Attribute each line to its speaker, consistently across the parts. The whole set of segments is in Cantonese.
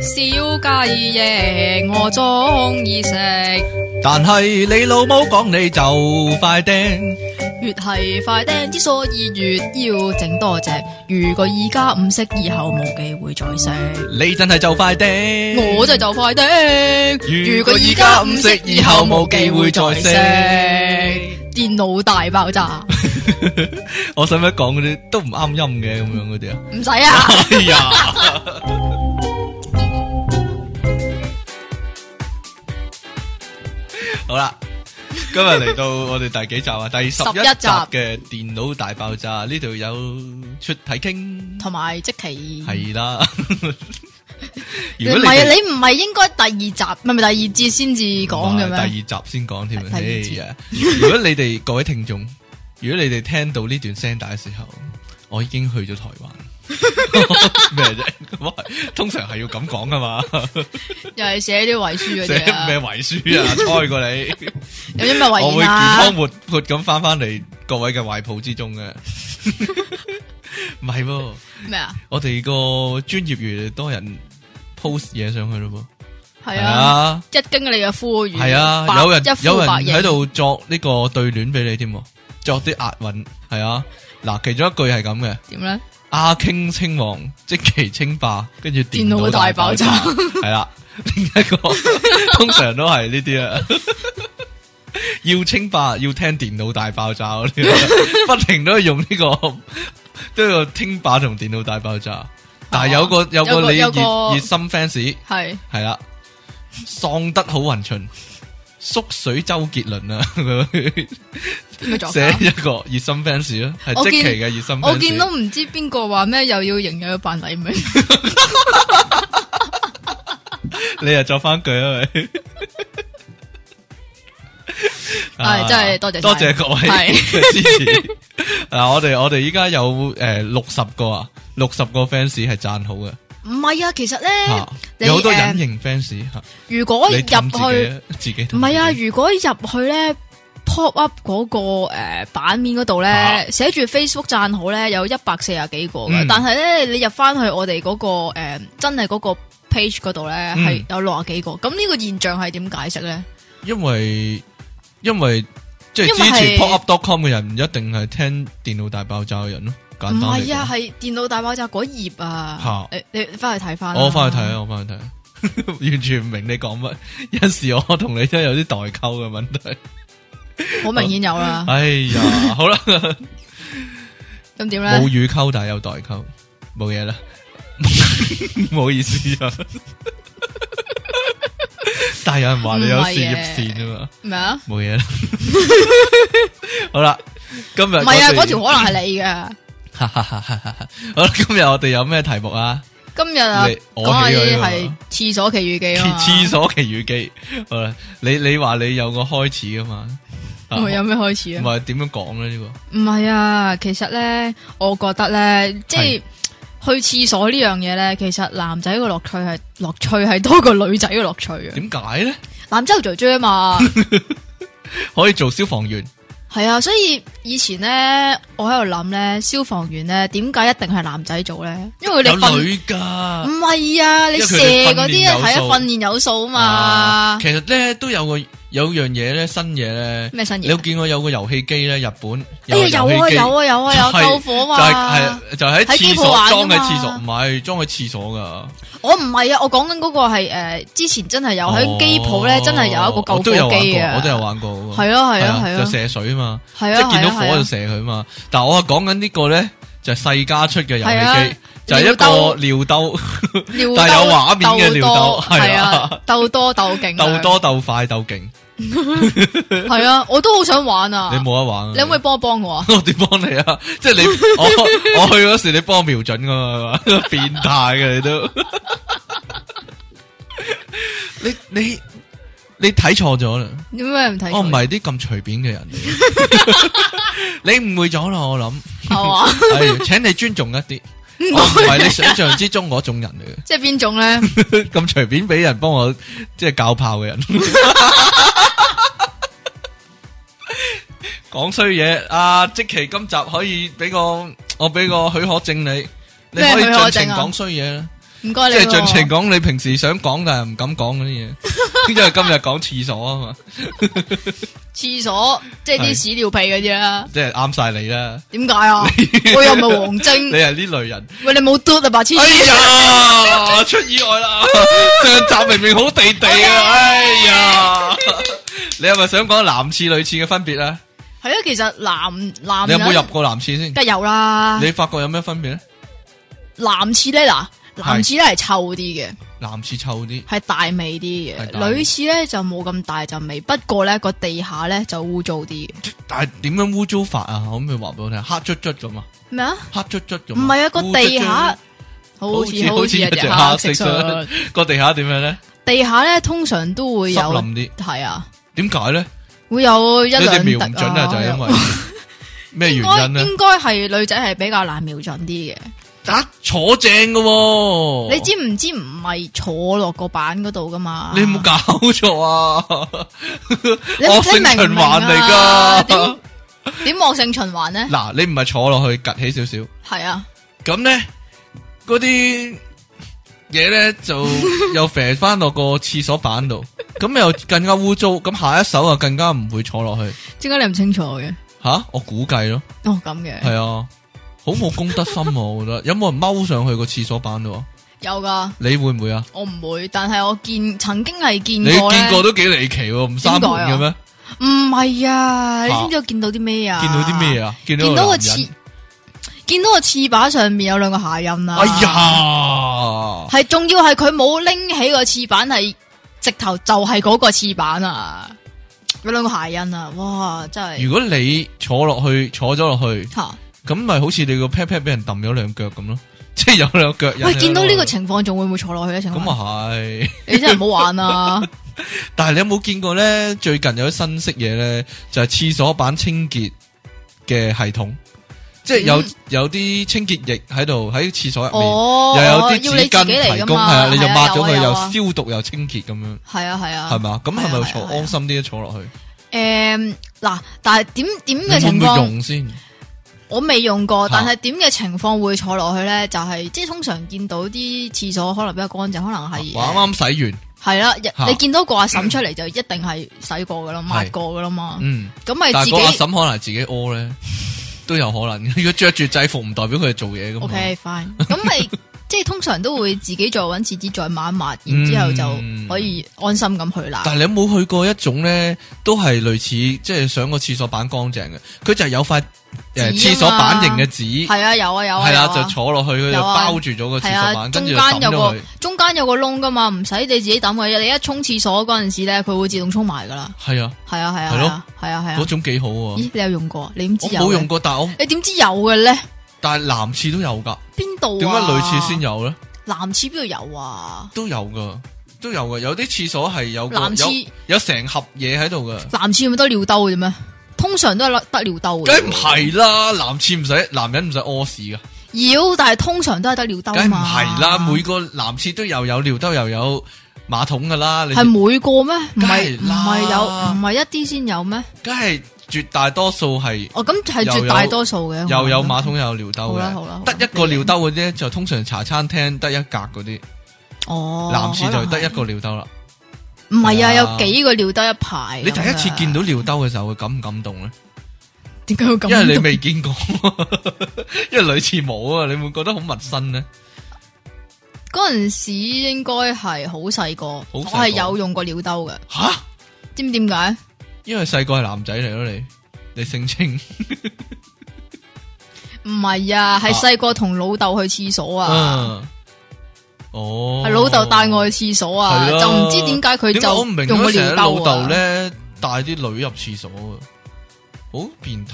Speaker 1: 燒雞翼我中意食，
Speaker 2: 但係你老母講你就快釘，
Speaker 1: 越係快釘之所以越要整多隻。如果而家唔識，以後冇機會再食。
Speaker 2: 你真係就快釘。
Speaker 1: 我就就快釘。如果而家唔識，以後冇機會再食。電腦大爆炸，
Speaker 2: 我使唔使講嗰啲都唔啱音嘅咁樣 嗰啲啊？
Speaker 1: 唔使 啊！
Speaker 2: 哎呀，好啦，今日嚟到我哋第幾集啊？第十一
Speaker 1: 11集
Speaker 2: 集嘅電腦大爆炸，呢度有出體傾，
Speaker 1: 同埋即期，
Speaker 2: 係啦。
Speaker 1: 唔
Speaker 2: 如果
Speaker 1: 係啊
Speaker 2: 哋
Speaker 1: 你唔係應該第二集，唔係唔係第二節先至講嘅
Speaker 2: 第二
Speaker 1: 咩？
Speaker 2: 集先講添啊。
Speaker 1: 第二節
Speaker 2: 哎呀如果你哋各位聽眾，如果你哋聽到呢段聲帶嘅時候，我已經去咗台 灣。咩啫？ 喂通常係要咁講噶嘛？
Speaker 1: 啊又係寫啲遺書嗰
Speaker 2: 寫
Speaker 1: 啲啊
Speaker 2: 咩？遺 書啊？猜過你，
Speaker 1: 有啲咩遺
Speaker 2: 我會
Speaker 1: 言
Speaker 2: 健
Speaker 1: 啊
Speaker 2: 康？活潑咁翻翻嚟各位嘅懷抱之中嘅。 唔係喎，
Speaker 1: 咩啊？
Speaker 2: 我哋個專業越嚟越多人 post 嘢上去咯噃。
Speaker 1: 係啊。。一經你嘅呼籲，
Speaker 2: 系啊，
Speaker 1: 百
Speaker 2: 有人
Speaker 1: 一呼
Speaker 2: 有人
Speaker 1: 百應
Speaker 2: 喺度作呢個對聯俾你添喎，作啲押韻係啊。嗱，其中一句係咁嘅：
Speaker 1: 點咧？
Speaker 2: 阿傾稱王，即其稱霸，跟住電
Speaker 1: 電腦
Speaker 2: 腦
Speaker 1: 大
Speaker 2: 大
Speaker 1: 爆
Speaker 2: 爆
Speaker 1: 炸
Speaker 2: 炸。係啦，另一 個通常都係呢啲啊。要稱霸，要聽電腦大爆炸嗰啲啊，不停都係用呢、個都要稱霸同電腦大爆炸。但係有個
Speaker 1: 有
Speaker 2: 有
Speaker 1: 個
Speaker 2: 個你熱
Speaker 1: 有個
Speaker 2: 熱心 fans。
Speaker 1: 係
Speaker 2: 系啦，喪得好匀循，縮水周杰倫啊， 佢
Speaker 1: 邊個作
Speaker 2: 寫
Speaker 1: 家？
Speaker 2: 一個熱心 fans 咯，係
Speaker 1: 我
Speaker 2: 即
Speaker 1: 見
Speaker 2: 期嘅熱心 fans。
Speaker 1: 我見到唔知邊個話咩又要營養扮黎明，
Speaker 2: 你又作翻句啊， 咪啊
Speaker 1: 係真係多謝晒
Speaker 2: 多謝各位
Speaker 1: 係
Speaker 2: 嘅支持。 嗱，我哋我哋依家有誒六十個啊，六十個 fans 係讚好嘅，
Speaker 1: 唔係啊，其實咧
Speaker 2: 嚇，
Speaker 1: 你
Speaker 2: 有好多
Speaker 1: 誒
Speaker 2: 隱形 fans 嚇，
Speaker 1: 如果入
Speaker 2: 你氹
Speaker 1: 去
Speaker 2: 自己自己
Speaker 1: 唔
Speaker 2: 氹
Speaker 1: 係啊，
Speaker 2: 自己
Speaker 1: 如果入去咧 pop up 嗰個诶版面嗰度咧，
Speaker 2: 啊
Speaker 1: 寫住 Facebook 讚好咧有一百四十幾個嘅，
Speaker 2: 嗯
Speaker 1: 但係咧你入翻去我哋嗰個诶真係嗰個 page 嗰度咧
Speaker 2: 嗯
Speaker 1: 係有六十幾個，咁呢個現象係點解釋咧？
Speaker 2: 因為因為即
Speaker 1: 因
Speaker 2: 係
Speaker 1: 為
Speaker 2: 支
Speaker 1: 係
Speaker 2: 持 popup.com 嘅人唔一定係聽電腦大爆炸嘅人咯，
Speaker 1: 唔
Speaker 2: 簡單嚟
Speaker 1: 係啊，
Speaker 2: 講。
Speaker 1: 係電腦大爆炸嗰頁啊！
Speaker 2: 嚇
Speaker 1: 你你翻去睇翻，
Speaker 2: 我翻去睇啊，我翻去睇啊， 完全唔明你講乜。有陣時我同你真係有啲代溝嘅問題。
Speaker 1: 啊好明顯有啊啦。
Speaker 2: 哎 呀，好啦，
Speaker 1: 咁點
Speaker 2: 冇
Speaker 1: 咧？
Speaker 2: 語溝但係有代溝，冇嘢啦， 唔好意思啊。 但係有人話你有事業線啊嘛，
Speaker 1: 咩啊？
Speaker 2: 冇 嘢啦。好啦，今日
Speaker 1: 唔係啊，
Speaker 2: 我哋
Speaker 1: 嗰條可能係你嘅。
Speaker 2: 哈哈哈哈哈好啦，今日我哋有咩題目啊？
Speaker 1: 今日啊，
Speaker 2: 你
Speaker 1: 講
Speaker 2: 我
Speaker 1: 下
Speaker 2: 起
Speaker 1: 啲
Speaker 2: 佢啊
Speaker 1: 係廁所奇遇記啊嘛。
Speaker 2: 廁 所奇遇記。好啦，你你话你有個開始噶嘛？啊
Speaker 1: 我有咩開始
Speaker 2: 唔
Speaker 1: 啊？
Speaker 2: 係點樣講咧？呢
Speaker 1: 唔係啊，其實咧，我覺得咧，即係去廁所呢樣嘢咧，其實男仔嘅樂趣係樂趣係多過女仔嘅樂趣
Speaker 2: 個
Speaker 1: 嘅。
Speaker 2: 點解咧？
Speaker 1: 男仔有嘴嘴啊嘛，
Speaker 2: 可以做消防員，
Speaker 1: 係啊，所以以前咧，我喺度諗咧，消防員咧點解一定係男仔做咧？因為佢
Speaker 2: 有
Speaker 1: 哋訓
Speaker 2: 女噶
Speaker 1: 唔係啊，你
Speaker 2: 因為
Speaker 1: 射
Speaker 2: 佢哋
Speaker 1: 嗰啲啊，
Speaker 2: 訓練有數
Speaker 1: 係啊訓練有數嘛
Speaker 2: 啊。其實咧都有個有樣嘢咧新嘢咧，
Speaker 1: 咩新
Speaker 2: 你有
Speaker 1: 嘢？
Speaker 2: 見過有個遊戲機咧？日本
Speaker 1: 哎呀，有啊有
Speaker 2: 啊，
Speaker 1: 啊有啊有
Speaker 2: 就係
Speaker 1: 救火
Speaker 2: 就
Speaker 1: 嘛！
Speaker 2: 係係就係喺
Speaker 1: 喺機鋪
Speaker 2: 廁所
Speaker 1: 玩㗎嘛
Speaker 2: 裝喺廁所，唔係裝喺廁所噶。
Speaker 1: 我唔係啊，我講緊嗰個係誒，之前真係有喺機鋪咧，
Speaker 2: 哦
Speaker 1: 真係有一個
Speaker 2: 我都有
Speaker 1: 救火
Speaker 2: 玩
Speaker 1: 機
Speaker 2: 過
Speaker 1: 啊！
Speaker 2: 我都有玩過嗰個。
Speaker 1: 係咯係咯係
Speaker 2: 就
Speaker 1: 咯，
Speaker 2: 射水啊嘛。
Speaker 1: 係啊，
Speaker 2: 即係見到
Speaker 1: 係啊
Speaker 2: 火就射佢嘛。但係我係講緊呢個咧，就係世嘉出嘅遊
Speaker 1: 係啊
Speaker 2: 戲機，就係一個尿
Speaker 1: 係
Speaker 2: 兜，
Speaker 1: 啊
Speaker 2: 但係
Speaker 1: 鬥
Speaker 2: 有畫面嘅
Speaker 1: 鬥
Speaker 2: 尿
Speaker 1: 多
Speaker 2: 兜
Speaker 1: 係
Speaker 2: 係
Speaker 1: 啊
Speaker 2: 啊，
Speaker 1: 鬥多鬥勁，
Speaker 2: 鬥多鬥快鬥勁，
Speaker 1: 係啊，我都好想玩啊！
Speaker 2: 你冇得玩啊。
Speaker 1: 你可唔可以幫我幫我啊？
Speaker 2: 我點幫你啊？即係你我我去嗰時，你幫我瞄準噶嘛？ 係嘛變態嘅你都， 你你你睇錯咗啦！
Speaker 1: 點解唔睇佢？
Speaker 2: 哦我唔係啲咁隨便嘅人嚟嘅，你誤會咗啦！我諗
Speaker 1: 係 嘛？
Speaker 2: 係，請你尊重一啲，我唔係你想象之中嗰種人嚟嘅。
Speaker 1: 即係邊種咧？
Speaker 2: 咁隨便俾人幫我即係教炮嘅人， 啊講衰嘢。阿即奇今集可以俾個我俾個許可證你，你可以
Speaker 1: 咩許可
Speaker 2: 盡情
Speaker 1: 證啊
Speaker 2: 講衰嘢啦，
Speaker 1: 唔该
Speaker 2: 即
Speaker 1: 你
Speaker 2: 係
Speaker 1: 喎。
Speaker 2: 盡情講你平時想講但係唔敢講嗰 啲嘢，因為今日講廁所啊嘛，
Speaker 1: 厕所，即系啲
Speaker 2: 係
Speaker 1: 屎尿屁嗰啲啦。
Speaker 2: 即係啱晒你啦，
Speaker 1: 点解 啊？我又唔系王
Speaker 2: 你
Speaker 1: 晶，
Speaker 2: 係呢類人。
Speaker 1: 喂你冇嘟啊白痴！
Speaker 2: 哎呀，出意外 啦！上集明明好地地啊，哎 呀，你係咪想講男廁女廁嘅分別啊？
Speaker 1: 系啊，其实男男
Speaker 2: 你有冇入
Speaker 1: 人
Speaker 2: 過男廁先？
Speaker 1: 梗係有啦。
Speaker 2: 你發覺有咩分別咧？
Speaker 1: 男厕咧嗱，男厕咧系臭啲嘅，
Speaker 2: 男廁臭啲，
Speaker 1: 系大味啲
Speaker 2: 係
Speaker 1: 嘅。
Speaker 2: 大味
Speaker 1: 女厕咧就冇咁大陣味，不过咧个地下咧就污糟啲嘅。
Speaker 2: 但係點樣污糟法啊？可唔可以話俾我聽？黑卒卒咁啊，
Speaker 1: 咩啊？
Speaker 2: 黑卒卒咁
Speaker 1: 唔
Speaker 2: 啊。
Speaker 1: 系啊，个
Speaker 2: 污卒卒
Speaker 1: 地下好似
Speaker 2: 好似
Speaker 1: 好似有
Speaker 2: 一隻
Speaker 1: 隻
Speaker 2: 蝦
Speaker 1: 蝦食
Speaker 2: 食咗
Speaker 1: 上
Speaker 2: 個地下點樣咧？
Speaker 1: 地下咧，通常都會
Speaker 2: 濕
Speaker 1: 有
Speaker 2: 淋啲，
Speaker 1: 係啊，
Speaker 2: 點解咧？
Speaker 1: 會有一
Speaker 2: 你哋
Speaker 1: 兩
Speaker 2: 瞄唔
Speaker 1: 滴
Speaker 2: 準啊，
Speaker 1: 啊，
Speaker 2: 就係因
Speaker 1: 為
Speaker 2: 為咩
Speaker 1: 應
Speaker 2: 原因
Speaker 1: 該
Speaker 2: 咧？
Speaker 1: 應該係女仔係比較難瞄準啲嘅。
Speaker 2: 啊，坐正嘅喎，
Speaker 1: 你知啊唔知唔係坐落個板嗰度噶嘛？
Speaker 2: 你有冇搞錯啊？
Speaker 1: 你
Speaker 2: 惡性
Speaker 1: 你明唔
Speaker 2: 循
Speaker 1: 明
Speaker 2: 環嚟
Speaker 1: 啊
Speaker 2: 㗎
Speaker 1: 點點惡性循環咧？
Speaker 2: 嗱，你唔係坐落去，趌起少少，
Speaker 1: 係啊，
Speaker 2: 咁咧嗰啲嘢咧 就又肥翻落個廁所板度，咁又更加污糟，咁下一手啊更加唔會坐落去。
Speaker 1: 點解你唔清楚嘅？
Speaker 2: 吓、我估計咯，
Speaker 1: 哦，咁嘅
Speaker 2: 係啊，好冇公德心啊！我覺得有冇人踎上去個廁所板度啊？
Speaker 1: 有噶，
Speaker 2: 你會唔會啊？
Speaker 1: 我唔會，但係我見曾經係見
Speaker 2: 你
Speaker 1: 過
Speaker 2: 見
Speaker 1: 咧，
Speaker 2: 過都幾離奇喎，唔閂門嘅咩？
Speaker 1: 唔係啊！你知唔知我見到啲咩啊？
Speaker 2: 見到啲咩？啊？見到
Speaker 1: 見到
Speaker 2: 個
Speaker 1: 個
Speaker 2: 男人
Speaker 1: 翅，見到個翅把上面有兩個下印啊！
Speaker 2: 哎呀，
Speaker 1: 系仲要系佢冇拎起个翅板，系直头就系嗰个翅板啊！有两个鞋印啊，哇，真系
Speaker 2: 如果你坐落去，坐咗落去，
Speaker 1: 吓！
Speaker 2: 咁咪好似你個 pat pat 俾人揼咗兩腳咁咯，即係有兩腳印。
Speaker 1: 喂，見到呢個情況仲會唔會坐落去咧？請
Speaker 2: 咁
Speaker 1: 問
Speaker 2: 啊係，
Speaker 1: 你真係唔好玩啊！
Speaker 2: 但係你有冇見過咧？最近有啲新式嘢咧，就係廁所板清潔嘅系統，即係有
Speaker 1: 嗯
Speaker 2: 有啲清潔液喺度喺廁所入面，
Speaker 1: 哦，
Speaker 2: 又有
Speaker 1: 要
Speaker 2: 啲
Speaker 1: 你
Speaker 2: 紙
Speaker 1: 自
Speaker 2: 巾
Speaker 1: 己嚟
Speaker 2: 提
Speaker 1: 㗎
Speaker 2: 供，係
Speaker 1: 嘛，
Speaker 2: 啊，你就抹咗
Speaker 1: 係
Speaker 2: 佢，
Speaker 1: 啊有啊
Speaker 2: 又消毒又清潔咁樣，
Speaker 1: 係啊係啊，
Speaker 2: 係咪啊？咁係咪會
Speaker 1: 係
Speaker 2: 坐
Speaker 1: 啊
Speaker 2: 安心啲坐落去？
Speaker 1: 誒嗱，但係點點
Speaker 2: 你
Speaker 1: 嘅
Speaker 2: 會唔
Speaker 1: 情
Speaker 2: 會
Speaker 1: 況
Speaker 2: 用先？
Speaker 1: 我未用過，
Speaker 2: 嚇
Speaker 1: 但係點嘅情況會坐落去咧？就係即係通常見到啲廁所可能比較乾淨，可能係
Speaker 2: 我啱啱洗完，
Speaker 1: 係啦，日
Speaker 2: 嚇
Speaker 1: 你見到個阿嬸出嚟就一定係洗過噶啦，抹
Speaker 2: 係
Speaker 1: 過噶啦嘛。
Speaker 2: 嗯，
Speaker 1: 咁咪
Speaker 2: 但
Speaker 1: 啊自
Speaker 2: 系
Speaker 1: 己
Speaker 2: 個阿嬸可能係自己屙咧，都有可能。如果着住制服，唔代表佢係做嘢噶嘛。
Speaker 1: OK fine，咁 咪即系通常都會自己再搵廁紙再抹一抹，然之后
Speaker 2: 嗯
Speaker 1: 就可以安心咁去啦。
Speaker 2: 但係你有冇去過一種咧，都係類似即係上個廁所板乾淨嘅，佢就係有塊
Speaker 1: 紙啊
Speaker 2: 诶
Speaker 1: 嘛
Speaker 2: 厕所板型嘅紙，
Speaker 1: 係啊，有啊，有啊，
Speaker 2: 係啦，
Speaker 1: 有啊
Speaker 2: 就坐落去，佢就
Speaker 1: 有啊
Speaker 2: 包住咗個
Speaker 1: 係
Speaker 2: 廁所
Speaker 1: 啊，
Speaker 2: 板，跟
Speaker 1: 中
Speaker 2: 住就
Speaker 1: 間
Speaker 2: 抌
Speaker 1: 有
Speaker 2: 咗
Speaker 1: 個
Speaker 2: 佢。
Speaker 1: 中間有個窿噶嘛，唔使你自己抌嘅，你一沖廁所嗰陣時咧，佢會自動沖埋噶啦。
Speaker 2: 係啊，
Speaker 1: 係啊，係
Speaker 2: 係
Speaker 1: 啊，
Speaker 2: 咯
Speaker 1: 係啊，係啊，係
Speaker 2: 嗰
Speaker 1: 啊。
Speaker 2: 種幾好喎。
Speaker 1: 咦，你有用過？啊你點知
Speaker 2: 我
Speaker 1: 有？
Speaker 2: 冇用。過，但係我
Speaker 1: 你點知有嘅咧？
Speaker 2: 但係男廁都有㗎，
Speaker 1: 邊度啊？
Speaker 2: 點解女廁先
Speaker 1: 有？
Speaker 2: 有咧？
Speaker 1: 男廁邊度有啊？
Speaker 2: 都有㗎，都有㗎。有啲廁所係有個
Speaker 1: 男
Speaker 2: 有
Speaker 1: 廁
Speaker 2: 有成盒嘢喺度㗎。
Speaker 1: 男廁咪得尿兜嘅啫咩？通常都係得尿兜嘅。
Speaker 2: 梗唔係啦，男廁唔使，男人唔使屙屎噶，
Speaker 1: 妖，但係通常都係得尿兜啊
Speaker 2: 梗唔
Speaker 1: 嘛。
Speaker 2: 係啦，每個男廁都又有尿兜又有馬桶噶啦，你
Speaker 1: 系每個咩？唔
Speaker 2: 梗
Speaker 1: 係
Speaker 2: 係
Speaker 1: 唔
Speaker 2: 啦
Speaker 1: 係有唔係一啲先有咩？
Speaker 2: 梗係絕大多數係
Speaker 1: 哦，咁係
Speaker 2: 又
Speaker 1: 絕
Speaker 2: 有
Speaker 1: 大多數嘅。
Speaker 2: 又有
Speaker 1: 可能
Speaker 2: 馬桶又有尿兜
Speaker 1: 好啦好啦好啦
Speaker 2: 嘅，得一個尿兜嗰啲就通常茶餐廳得一格嗰啲，
Speaker 1: 哦，
Speaker 2: 男廁就得一
Speaker 1: 可
Speaker 2: 個尿兜啦。
Speaker 1: 能係。唔係啊，
Speaker 2: 係啊
Speaker 1: 有幾個尿兜一排咁樣。
Speaker 2: 你第一次見到尿兜嘅時候，會感唔感動咧？
Speaker 1: 點解會咁？
Speaker 2: 因為你未見過， 因為女廁冇啊，你會覺得好陌生咧。
Speaker 1: 嗰陣時應該係好細個，我
Speaker 2: 細個
Speaker 1: 係有用過尿兜嘅。
Speaker 2: 吓，
Speaker 1: 知唔知點解？
Speaker 2: 因為細個係男仔嚟咯，你你性清
Speaker 1: 唔係啊，係
Speaker 2: 啊
Speaker 1: 細個同老豆去廁所啊，
Speaker 2: 嗯，哦，
Speaker 1: 係老豆帶我去廁所啊，
Speaker 2: 係咯
Speaker 1: 就唔知點解佢
Speaker 2: 點解我唔明
Speaker 1: 就用個
Speaker 2: 成日
Speaker 1: 尿
Speaker 2: 老
Speaker 1: 兜
Speaker 2: 豆
Speaker 1: 啊？
Speaker 2: 咧帶啲女入廁所啊，好變態。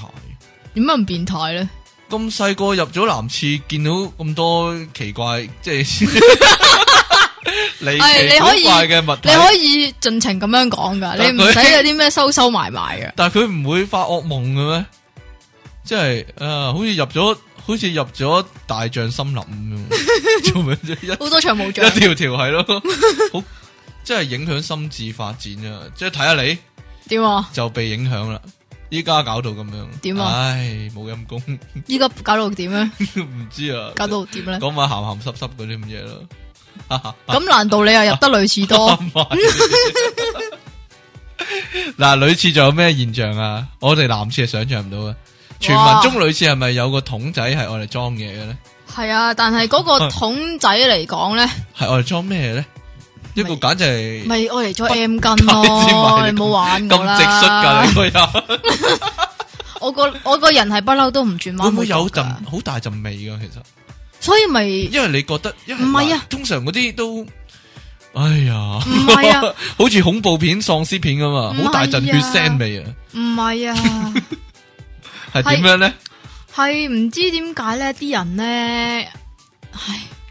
Speaker 1: 點解唔變態咧？
Speaker 2: 咁細個入咗男廁，見到咁多奇怪，即 係離
Speaker 1: 係
Speaker 2: 奇
Speaker 1: 你可以
Speaker 2: 古怪嘅物體
Speaker 1: 你，可以盡情咁樣講噶，你
Speaker 2: 但
Speaker 1: 唔
Speaker 2: 佢
Speaker 1: 使有啲咩收收埋埋嘅。
Speaker 2: 但係佢唔會發惡夢嘅咩？即係啊，好似入咗，好似入咗大象森林 咁樣，做咩啫？一
Speaker 1: 好多長毛象
Speaker 2: 一。條條係咯，好，即係影響心智發展啊！即係睇下你
Speaker 1: 点啊？
Speaker 2: 就被影響啦。依家搞到咁樣，
Speaker 1: 點啊
Speaker 2: 唉，冇陰功，
Speaker 1: 依家搞到點咧？
Speaker 2: 唔知啊，
Speaker 1: 搞到 點咧？
Speaker 2: 講埋鹹鹹濕濕嗰啲咁嘢咯。
Speaker 1: 咁難道你又入得類似 多？
Speaker 2: 唔係嗱，女廁仲有咩現象啊？我哋男廁係想象唔到嘅。傳聞中女廁係咪有個桶仔係我哋裝嘢嘅咧？
Speaker 1: 係啊，但係嗰個桶仔嚟講咧，
Speaker 2: 係我哋裝咩咧？一個
Speaker 1: 咪
Speaker 2: 簡直係
Speaker 1: 咪我嚟咗 M
Speaker 2: 你
Speaker 1: 巾
Speaker 2: 知唔
Speaker 1: 咯，
Speaker 2: 係
Speaker 1: 你冇玩我
Speaker 2: 咁直率
Speaker 1: 啦
Speaker 2: 㗎，。你個 人。
Speaker 1: 我個我個人係不嬲都唔轉
Speaker 2: 會
Speaker 1: 彎，
Speaker 2: 唔會有陣
Speaker 1: 陣？
Speaker 2: 好大陣味噶？其實，
Speaker 1: 所以咪
Speaker 2: 因為你覺得，因為
Speaker 1: 唔係啊，
Speaker 2: 通常嗰啲都，哎呀，
Speaker 1: 唔係啊，
Speaker 2: 好似恐怖片、喪屍片咁啊，
Speaker 1: 唔係啊
Speaker 2: 好大陣血腥味啊，
Speaker 1: 唔係啊，
Speaker 2: 係點樣咧？
Speaker 1: 係唔知點解咧？啲人咧，唉，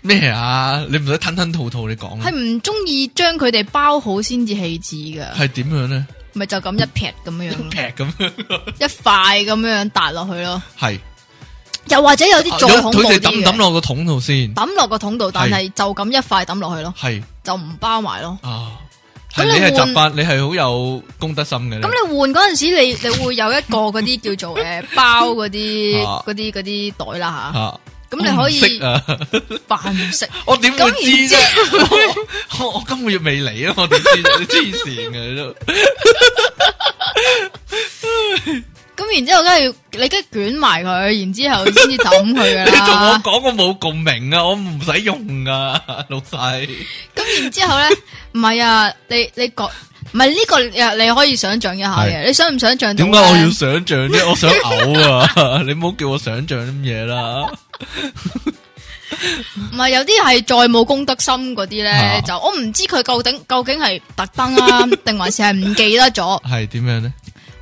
Speaker 2: 咩啊？你唔使吞吞吐吐，你講
Speaker 1: 係
Speaker 2: 啊啦，
Speaker 1: 唔中意將佢哋包好先至棄置噶，
Speaker 2: 係點樣咧？
Speaker 1: 咪就咁一撇咁樣樣咯
Speaker 2: 劈，咁樣，
Speaker 1: 一塊咁樣樣揼落去咯。
Speaker 2: 係
Speaker 1: 又或者有啲再
Speaker 2: 啊有
Speaker 1: 恐怖
Speaker 2: 佢
Speaker 1: 啲
Speaker 2: 哋抌抌
Speaker 1: 嘅，
Speaker 2: 落個桶度先，
Speaker 1: 抌落個桶度，但係就咁一塊抌落去咯，
Speaker 2: 係
Speaker 1: 就唔包埋咯。
Speaker 2: 啊，係
Speaker 1: 咁
Speaker 2: 你
Speaker 1: 你
Speaker 2: 係
Speaker 1: 換
Speaker 2: 習慣，你係好有公德心嘅咧
Speaker 1: 咁。你換嗰陣時， 你你會有一個嗰啲叫做诶包嗰啲
Speaker 2: 啊
Speaker 1: 嗰啲嗰啲袋啦
Speaker 2: 吓，
Speaker 1: 吓，咁你可
Speaker 2: 我 唔識
Speaker 1: 以
Speaker 2: 啊。
Speaker 1: 扮唔識。
Speaker 2: 我點會知啫
Speaker 1: 咁？
Speaker 2: 我我我今個月未嚟啊！我點知啫？黐線嘅 你都
Speaker 1: 咁然之後，梗係你梗係捲埋佢，然之後先至抌佢
Speaker 2: 你
Speaker 1: 噶
Speaker 2: 同我
Speaker 1: 啦。
Speaker 2: 講我冇共鳴啊！我唔使用啊， 老細。
Speaker 1: 咁然之後咧， 唔係啊，你你覺唔係呢個你你可以想像一下嘅，你想唔想像到
Speaker 2: 點
Speaker 1: 呢？
Speaker 2: 解我要想像啫？我想嘔啊！ 你唔好叫我想像咁嘢啦。
Speaker 1: 唔係有啲係再冇公德心嗰啲
Speaker 2: 啊
Speaker 1: 咧，就我唔知佢究竟究竟係特登 啊，定還是係唔記得咗？
Speaker 2: 係點樣咧？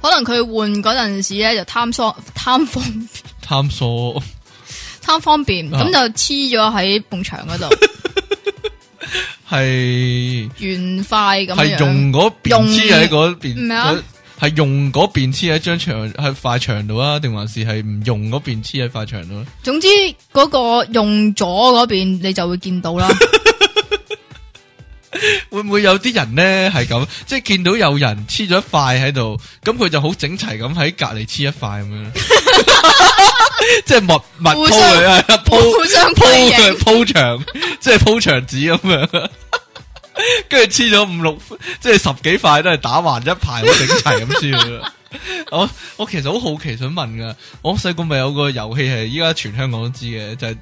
Speaker 1: 可能佢換嗰陣時咧就貪疏貪方
Speaker 2: 探索
Speaker 1: 貪方便，
Speaker 2: 啊
Speaker 1: 咁就黐咗喺埲牆嗰 度，
Speaker 2: 係
Speaker 1: 圓塊咁
Speaker 2: 係
Speaker 1: 樣。
Speaker 2: 用嗰邊黐喺嗰邊
Speaker 1: 咩啊
Speaker 2: 嗰係用嗰邊黐喺張牆喺塊牆度啊？定還是係唔用嗰邊黐喺塊牆度啊咧？
Speaker 1: 總之嗰個用咗嗰邊，你就會見到啦。
Speaker 2: 会唔会有啲人咧系咁，即系见到有人黐咗一块喺度，咁佢就好整齐咁喺隔篱黐一块咁样， 即系密密铺
Speaker 1: 互相
Speaker 2: 佢啊，铺
Speaker 1: 互相
Speaker 2: 铺
Speaker 1: 輝
Speaker 2: 佢
Speaker 1: 映
Speaker 2: 铺墙，即系铺墙纸咁样，跟住黐咗五六，即系十几块都系打横一排好整齐咁黐佢啦。 我我其實好好奇想問噶，我細個咪有個遊戲係依家全香港都知嘅，就係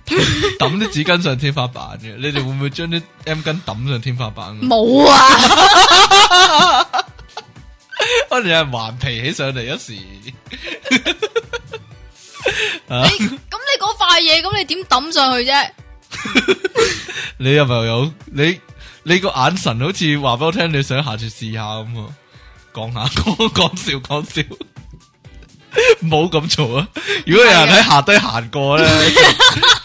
Speaker 2: 抌啲紙巾上天花板嘅。你哋會唔會將啲 M 巾抌上天花板㗎？
Speaker 1: 冇 啊，
Speaker 2: 可能有人顽皮起上嚟一時，
Speaker 1: 咁你嗰塊嘢，咁你點抌上去啫？
Speaker 2: 你有咪有你你个眼神好似話俾我聽，你想下次試下咁啊？講下 講講笑講笑，唔好咁做啊！如果有人喺下低行過咧，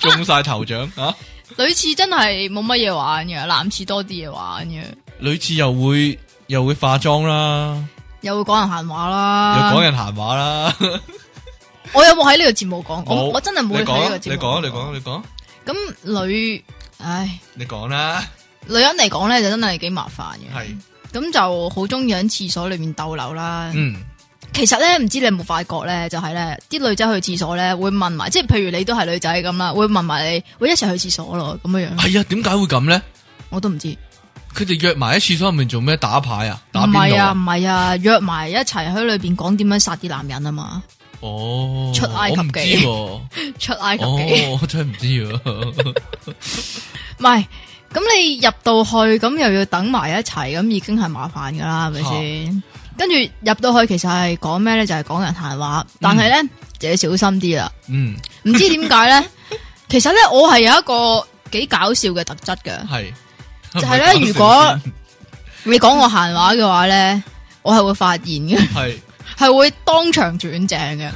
Speaker 2: 中中晒頭獎啊！
Speaker 1: 女廁真係冇乜嘢玩嘅，男廁多啲嘢玩嘅，
Speaker 2: 女廁又會又會化妝啦，
Speaker 1: 又會講人閒話
Speaker 2: 又
Speaker 1: 啦。
Speaker 2: 講人閒話啦。
Speaker 1: 我有冇喺呢個節目講？我我真係冇
Speaker 2: 你
Speaker 1: 喺呢個
Speaker 2: 講，啊
Speaker 1: 節
Speaker 2: 你
Speaker 1: 目
Speaker 2: 講，你講，你講，
Speaker 1: 咁女，唉，
Speaker 2: 你講啦，
Speaker 1: 女人嚟講咧就真係幾麻煩嘅。
Speaker 2: 係
Speaker 1: 咁就好中意喺廁所裏面逗留啦。
Speaker 2: 嗯
Speaker 1: 其實咧，唔知你有冇發覺咧，就係咧，啲女仔去廁所咧會問埋，即係譬如你都係女仔咁啦，會問埋你，會一齊去廁所咯，咁樣樣，
Speaker 2: 係啊，點解會咁咧？
Speaker 1: 我都唔知。
Speaker 2: 佢哋約埋喺廁所入面做咩？打牌啊？打
Speaker 1: 唔
Speaker 2: 邊
Speaker 1: 係
Speaker 2: 爐
Speaker 1: 啊，唔係啊，約埋一齊喺裏边講點樣殺啲男人啊嘛，
Speaker 2: 哦，
Speaker 1: 出埃及記
Speaker 2: 我唔知
Speaker 1: 出 埃及
Speaker 2: 喎，
Speaker 1: 記，
Speaker 2: 哦，我真係唔知喎，
Speaker 1: 唔係咁你入到去咁又要等埋一齊，咁已經係麻煩噶啦，係咪先？跟住入到去其實係講咩咧？就係講人閒話，但係咧就要小心啲啦。
Speaker 2: 嗯，
Speaker 1: 唔知點解咧？其實咧我係有一個幾搞笑嘅特質嘅。
Speaker 2: 係
Speaker 1: 就係咧如果你講我閒話嘅話咧，我係會發現嘅，
Speaker 2: 係
Speaker 1: 係會當場轉正嘅。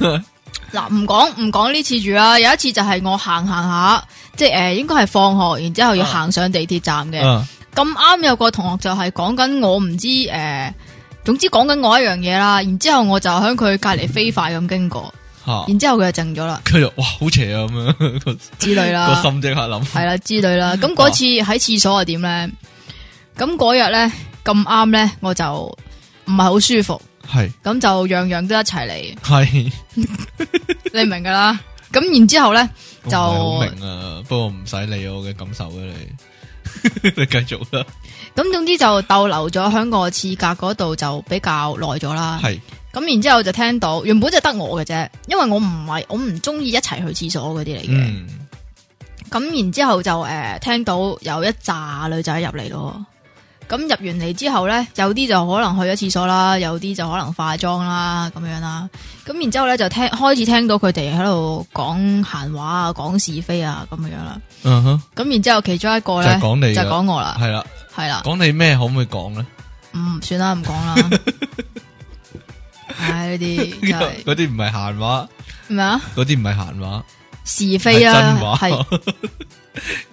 Speaker 1: 嗱，唔講唔講呢次住啦，有一次就係我行行下，即係诶、呃，应该系放學，然之后要
Speaker 2: 啊
Speaker 1: 行上地鐵站嘅。
Speaker 2: 啊
Speaker 1: 咁啱、有個同學就係講緊我唔知诶、呃，总之講緊我一樣嘢啦。然之后我就喺佢隔離飛快咁經過，
Speaker 2: 嚇，
Speaker 1: 然之后佢就靜咗啦，
Speaker 2: 佢就哇好邪啊咁樣 個
Speaker 1: 之類啦。
Speaker 2: 個心即嗯哦刻諗，
Speaker 1: 系啦之類啦。咁嗰次喺廁所係點咧？咁嗰日咧咁啱咧，我就唔係好舒服。
Speaker 2: 系
Speaker 1: 咁就樣樣都一齊嚟，
Speaker 2: 系
Speaker 1: 你明噶 啦。咁然之後咧
Speaker 2: 就
Speaker 1: 就
Speaker 2: 好明啊，不過唔使理我嘅感受啊，你 你繼續啦，
Speaker 1: 咁總之就逗留咗喺個刺格嗰度就比較耐咗啦。
Speaker 2: 係
Speaker 1: 咁然之後就聽到原本就得我嘅啫，因為我唔係我唔中意一齊去廁所嗰啲嚟嘅。
Speaker 2: 嗯
Speaker 1: 咁、然之後就诶、呃、聽到有一紮女仔入嚟咯。咁入完嚟之後咧，有啲就可能去咗廁所啦，有啲就可能化妝啦咁樣啦。咁然之後咧就聽開始聽到佢哋喺度講閒話啊，講是非啊咁樣啦。
Speaker 2: 嗯哼，
Speaker 1: 咁然之後其中一個
Speaker 2: 就
Speaker 1: 咧
Speaker 2: 係講你
Speaker 1: 就
Speaker 2: 嘅
Speaker 1: 講我啦，
Speaker 2: 係啦，
Speaker 1: 係啦。
Speaker 2: 講你咩可唔可以講咧？
Speaker 1: 唔算啦，唔講 啦。唉，呢啲真係
Speaker 2: 嗰啲唔係閒話，
Speaker 1: 咩啊？
Speaker 2: 嗰啲唔係閒話，
Speaker 1: 是
Speaker 2: 係
Speaker 1: 非
Speaker 2: 真
Speaker 1: 啊，係
Speaker 2: 話，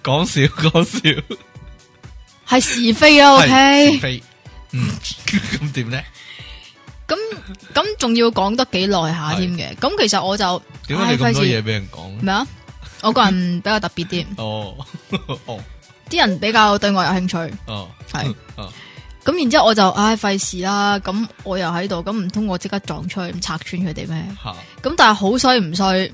Speaker 2: 講笑講笑。
Speaker 1: 係是非啊。
Speaker 2: 係是
Speaker 1: OK，
Speaker 2: 非嗯， 咁點咧？
Speaker 1: 咁咁仲要講得幾耐下添嘅。咁其實我就
Speaker 2: 點解你
Speaker 1: 唉
Speaker 2: 咁
Speaker 1: 費
Speaker 2: 多
Speaker 1: 事
Speaker 2: 嘢俾人講咧？
Speaker 1: 咩啊？我個人比較特別 啲，
Speaker 2: 哦哦
Speaker 1: 啲人比較對我有興趣。
Speaker 2: 哦，
Speaker 1: 係
Speaker 2: 哦
Speaker 1: 咁然之後我就唉費事啦。咁我又喺度，咁唔通我即刻撞出去咁拆穿佢哋咩？
Speaker 2: 吓，
Speaker 1: 咁但係好衰唔衰？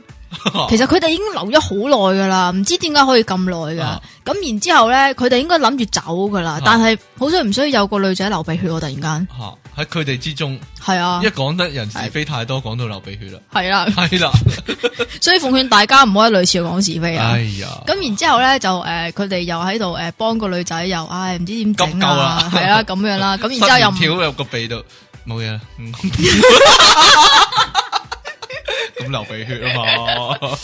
Speaker 2: 哦
Speaker 1: 其實佢哋已經留咗好耐噶啦，唔知點解可以咁耐
Speaker 2: 啊
Speaker 1: 噶。咁然之后咧，佢哋應該諗住走噶啦
Speaker 2: 啊，
Speaker 1: 但係好衰唔衰有個女仔流鼻血喎，我突然間
Speaker 2: 吓喺佢哋之中，
Speaker 1: 係啊
Speaker 2: 一，講得人是非太多，講到流鼻血啦，
Speaker 1: 係啊啦，
Speaker 2: 係啦，
Speaker 1: 所以奉勸大家唔可以類似講是非啊
Speaker 2: 哎。呀，
Speaker 1: 咁然之后咧就诶，佢哋又喺度诶幫個女仔又唉唔知點整
Speaker 2: 急
Speaker 1: 啊，
Speaker 2: 救啦
Speaker 1: 係啊咁樣 啦。咁
Speaker 2: 塞
Speaker 1: 然之後
Speaker 2: 條
Speaker 1: 又唔
Speaker 2: 條入個鼻度，冇嘢啦， 嗯咁流鼻血 啊嘛，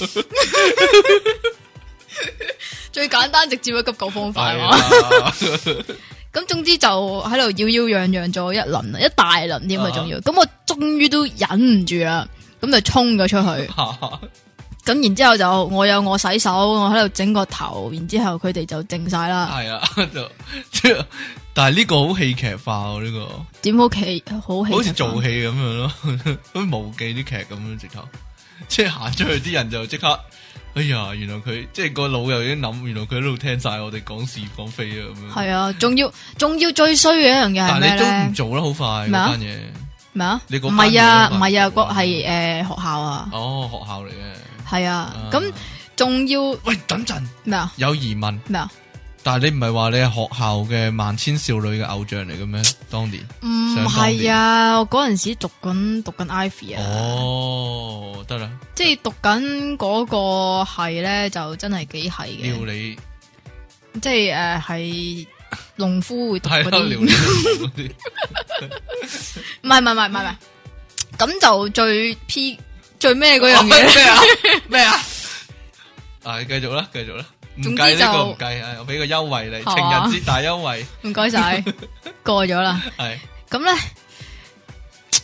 Speaker 1: 最簡單直接嘅急救方法
Speaker 2: 係
Speaker 1: 啊嘛。
Speaker 2: 啦，
Speaker 1: 咁總之就喺度妖妖攘攘咗一輪啦，一大輪添啊，
Speaker 2: 啊
Speaker 1: 仲要。咁我終於都忍唔住啦，咁就衝咗出去。咁然之後就我有我洗手，我喺度整個頭，然之後佢哋就靜晒啦。
Speaker 2: 係啊，就即係但係呢個好戲劇化喎，呢個。
Speaker 1: 點好企好氣，
Speaker 2: 好似做戲咁樣咯， 好似無記啲劇咁樣直頭，即係行出去啲人就即刻，哎呀，原來佢即係個腦又已經諗，原來佢喺度聽晒我哋講是講非啊咁樣。
Speaker 1: 係啊，仲要仲要最衰嘅一樣嘢係
Speaker 2: 但
Speaker 1: 咩
Speaker 2: 係你都唔
Speaker 1: 咧？
Speaker 2: 做啦，好快
Speaker 1: 咩啊
Speaker 2: 嗰單嘢。
Speaker 1: 咩啊？
Speaker 2: 你嗰
Speaker 1: 唔係啊，唔
Speaker 2: 班嘢
Speaker 1: 係啊，
Speaker 2: 都
Speaker 1: 個
Speaker 2: 話
Speaker 1: 係诶學校啊，
Speaker 2: 哦，學校嚟嘅。
Speaker 1: 係啊。咁
Speaker 2: 啊
Speaker 1: 仲要
Speaker 2: 喂，等陣
Speaker 1: 咩啊？
Speaker 2: 有疑問，
Speaker 1: 咩啊？
Speaker 2: 但係你唔係話你係學校嘅萬千少女嘅偶像嚟嘅咩？當年
Speaker 1: 唔
Speaker 2: 想當
Speaker 1: 係啊，我嗰陣時讀緊讀緊 Ivy 啊，
Speaker 2: 哦，得啦，
Speaker 1: 即係讀緊嗰個係咧，就真係幾係
Speaker 2: 料
Speaker 1: 嘅，
Speaker 2: 理
Speaker 1: 即係诶係農夫會讀
Speaker 2: 係啊
Speaker 1: 嗰
Speaker 2: 啦，
Speaker 1: 啲
Speaker 2: 料。理嗰啲
Speaker 1: 唔係唔係唔係唔係唔係，咁就最 P 最咩嗰樣嘢咧？
Speaker 2: 咩啊？咩啊？啊，繼續啦，繼續啦，唔
Speaker 1: 總之
Speaker 2: 計呢個
Speaker 1: 就
Speaker 2: 唔計，啊係我俾個優惠你，
Speaker 1: 係
Speaker 2: 情人
Speaker 1: 嘛
Speaker 2: 節大優惠，
Speaker 1: 唔該 晒，過咗啦。
Speaker 2: 係
Speaker 1: 咁咧，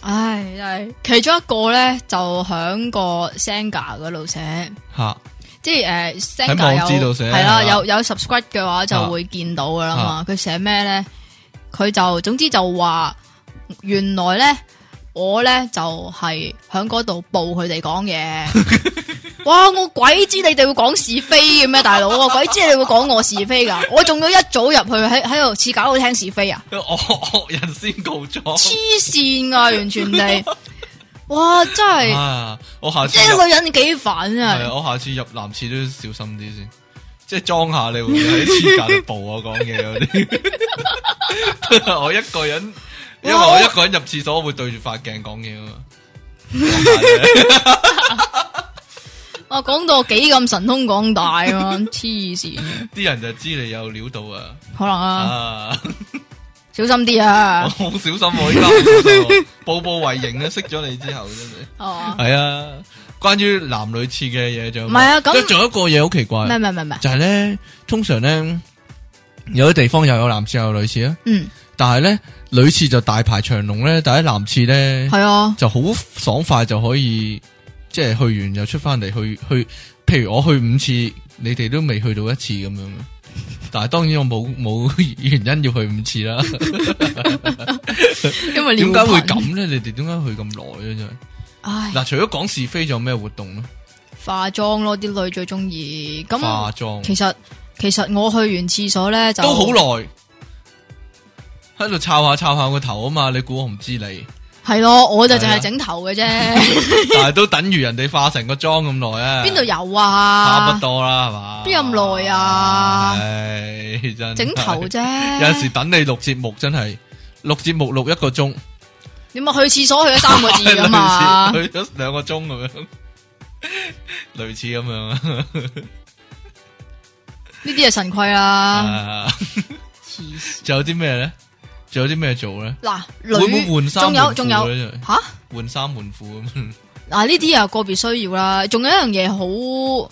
Speaker 1: 唉，真係其中一個咧就響個 Senga 嗰度寫，
Speaker 2: 吓
Speaker 1: 即係诶 s e n
Speaker 2: 喺
Speaker 1: g a
Speaker 2: 網址
Speaker 1: 有
Speaker 2: 度寫
Speaker 1: 係啦，
Speaker 2: 係嘛啊
Speaker 1: 有有 subscribe 嘅話就會見到噶啦嘛。佢寫咩咧？佢就總之就話原來咧。我咧就係喺嗰度報佢哋講 嘢，哇！我鬼知你哋會講是非嘅咩，大佬？我鬼知你會講我是非噶，我仲要一早入去喺喺度似搞到聽是非啊！
Speaker 2: 惡惡人先告
Speaker 1: 黐
Speaker 2: 狀
Speaker 1: 線噶，完全地，哇！真係，
Speaker 2: 啊！我下
Speaker 1: 即
Speaker 2: 次入
Speaker 1: 係女人幾煩
Speaker 2: 係
Speaker 1: 啊！
Speaker 2: 啊我下次入男廁都要小心啲先，即係裝下你會喺廁格度步我啊講嘢嗰 啲，我一個人，因為
Speaker 1: 哇
Speaker 2: 我
Speaker 1: 我
Speaker 2: 一個人入廁所我會對住塊鏡講嘢啊 嘛。講
Speaker 1: 我講到幾咁神通廣大 啊！黐線，
Speaker 2: 下啫啲人就知你有料到啊！
Speaker 1: 可能啊，
Speaker 2: 啊！
Speaker 1: 小心啲啊
Speaker 2: 我！好小心我依家唔小心喎，步步為營啊！識咗你之後真係
Speaker 1: 哦，
Speaker 2: 係啊。關於男女廁嘅嘢就
Speaker 1: 唔係啊咁
Speaker 2: 仲有一個嘢好奇怪，
Speaker 1: 咩咩咩咩，
Speaker 2: 就係咧，通常咧有啲地方又有男廁又有女廁啊，
Speaker 1: 嗯，
Speaker 2: 但係咧女廁就大排長龍咧，但係男廁咧
Speaker 1: 係啊，
Speaker 2: 就好爽快就可以，即係去完又出翻嚟去去，譬如我去五次，你哋都未去到一次咁樣。但係當然我冇冇原因要去五次啦。
Speaker 1: 因為
Speaker 2: 點
Speaker 1: 點
Speaker 2: 解會？咁咧？你哋點解去咁耐咧？真係
Speaker 1: 唉，
Speaker 2: 嗱，除咗講是非，仲有咩活動咧？
Speaker 1: 化妝咯，啲女最中意。
Speaker 2: 化
Speaker 1: 咁
Speaker 2: 妝
Speaker 1: 其實其實我去完廁所咧就
Speaker 2: 都好耐，喺度抄下抄下個頭啊嘛！你估我唔知你
Speaker 1: 系咯，我就净
Speaker 2: 係啊
Speaker 1: 系整头嘅啫，
Speaker 2: 但系都等于人哋化成个妆咁耐啊，
Speaker 1: 边度有
Speaker 2: 差不
Speaker 1: 啊？
Speaker 2: 多啦，系嘛？
Speaker 1: 邊有咁耐啊
Speaker 2: 唉，真係
Speaker 1: 整头啫，
Speaker 2: 有阵时等你录节目真系录节目录一个钟，
Speaker 1: 你咪啊去厕所去咗三个 字噶啊嘛？
Speaker 2: 類似去咗两个钟咁 样，类似咁样
Speaker 1: 呢啲系神规啦，
Speaker 2: 啊。
Speaker 1: 黐線
Speaker 2: 仲有啲咩咧？仲有啲咩做咧？
Speaker 1: 嗱，
Speaker 2: 會唔會
Speaker 1: 女
Speaker 2: 換衫
Speaker 1: 仲有
Speaker 2: 換褲
Speaker 1: 仲有
Speaker 2: 咧真係
Speaker 1: 吓
Speaker 2: 换衫换裤咁樣，
Speaker 1: 嗱呢啲又啊個別需要啦，仲有一樣嘢好，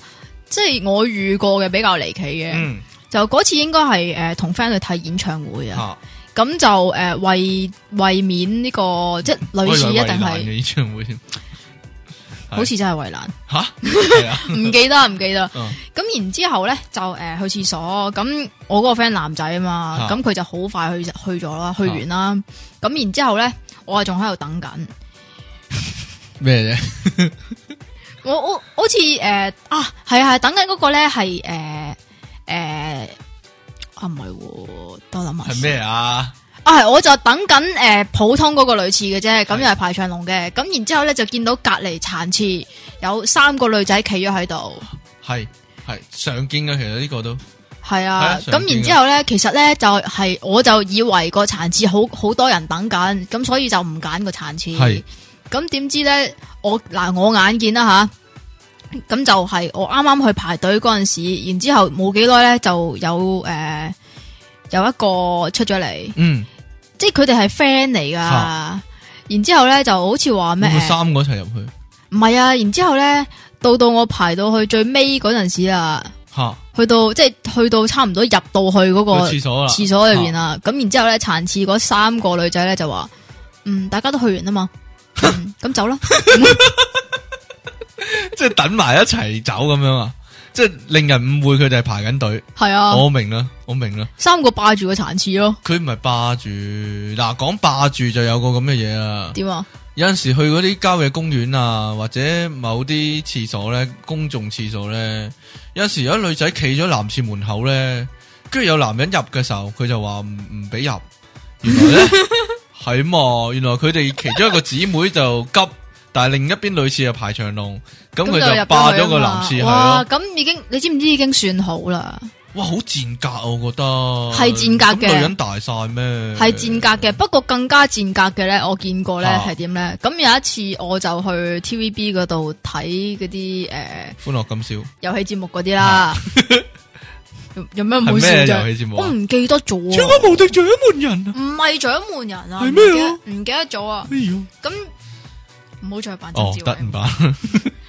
Speaker 1: 即係我遇過嘅比較離奇嘅，
Speaker 2: 嗯
Speaker 1: 就嗰次應該係诶同 friend 去睇演唱會啊，
Speaker 2: 吓，
Speaker 1: 咁就诶為為免呢個即係
Speaker 2: 嗯
Speaker 1: 類似一定係，
Speaker 2: 嘅演唱会添係
Speaker 1: 好似真係圍 欄，
Speaker 2: 吓， 系啊，
Speaker 1: 唔記得唔記得，
Speaker 2: 嗯
Speaker 1: 咁然之後咧就诶去廁所，咁我嗰個 friend 男仔啊嘛，
Speaker 2: 嚇
Speaker 1: 咁佢就好快去去咗啦，去完啦，
Speaker 2: 啊
Speaker 1: 咁然之後咧我仲喺度等緊。
Speaker 2: 咩啫？
Speaker 1: 我我好似诶、呃啊，系啊，係等緊嗰個咧係诶诶啊唔係喎，等我諗下
Speaker 2: 系
Speaker 1: 先
Speaker 2: 咩啊？
Speaker 1: 啊？係我就等緊诶、呃普通嗰個類似嘅啫，咁
Speaker 2: 係
Speaker 1: 又係排長龍嘅，咁然之后咧就見到隔離殘次有三個女仔企咗喺度，
Speaker 2: 系系常见嘅，其实呢个都
Speaker 1: 係啊，
Speaker 2: 係啊
Speaker 1: 咁、
Speaker 2: 常見
Speaker 1: 然之后咧其實咧就係我就以為個殘次好好多人等緊，咁所以就唔揀個殘次。
Speaker 2: 系
Speaker 1: 咁點知咧，我嗱我眼見啦吓，咁就係我啱啱去排隊嗰阵时，然之后冇幾耐咧就有诶、呃有一個出咗嚟，
Speaker 2: 嗯，
Speaker 1: 即係佢哋係 friend 嚟噶
Speaker 2: 嚇。
Speaker 1: 然之后咧就好似話
Speaker 2: 會
Speaker 1: 咩
Speaker 2: 唔會
Speaker 1: 呃
Speaker 2: 三个一齐入去
Speaker 1: 唔係啊，然之后咧到到我排到去最尾嗰陣時啊，
Speaker 2: 吓
Speaker 1: 去到即係去到差唔多入到去嗰、個
Speaker 2: 去厕所啊啦，
Speaker 1: 廁所裏边啦，咁然之后咧殘次嗰三個女仔咧就話：嗯，大家都去完啦嘛， 嗯咁、走啦。
Speaker 2: 即系等埋一齐走咁样啊！即系令人误会佢哋系排紧队。
Speaker 1: 係啊，
Speaker 2: 我明啦，我明啦，
Speaker 1: 三個霸住個殘次咯，
Speaker 2: 佢唔系霸住嗱，讲霸住就有个咁嘅嘢啊。
Speaker 1: 點啊？
Speaker 2: 有阵时去嗰啲郊野公園啊，或者某啲廁所咧，公眾廁所咧，有阵时有啲女仔企咗男廁門口咧，跟住有男人入嘅時候，佢就話唔唔 俾入，原來咧係嘛，原來佢哋其中一個姊妹就急，但係另一邊女廁就排長龍，咁
Speaker 1: 入
Speaker 2: 佢就
Speaker 1: 咗
Speaker 2: 霸
Speaker 1: 去啊
Speaker 2: 咗個男
Speaker 1: 嘛
Speaker 2: 廁係
Speaker 1: 哇！
Speaker 2: 咯，
Speaker 1: 咁已經你知唔知已經算好啦，
Speaker 2: 哇，好賤格啊我覺得，
Speaker 1: 係賤格嘅
Speaker 2: 咁女人大晒咩？
Speaker 1: 係賤格嘅。不過更加賤格嘅咧，我見過咧
Speaker 2: 啊
Speaker 1: 係點咧？咁有一次我就去 TVB 嗰度睇嗰啲诶
Speaker 2: 歡樂咁少，
Speaker 1: 遊戲節目嗰啲啦。 有有咩唔好笑
Speaker 2: 啊係咩
Speaker 1: 啫？
Speaker 2: 遊戲節目啊
Speaker 1: 我唔記得咗啊，
Speaker 2: 超級無敵掌門人啊！
Speaker 1: 唔係掌門人啊，
Speaker 2: 係
Speaker 1: 唔
Speaker 2: 咩
Speaker 1: 記
Speaker 2: 啊
Speaker 1: 得唔記得咗啊？
Speaker 2: 哎呦，
Speaker 1: 咁唔好再扮曾
Speaker 2: 哦
Speaker 1: 志
Speaker 2: 得
Speaker 1: 偉
Speaker 2: 唔，得？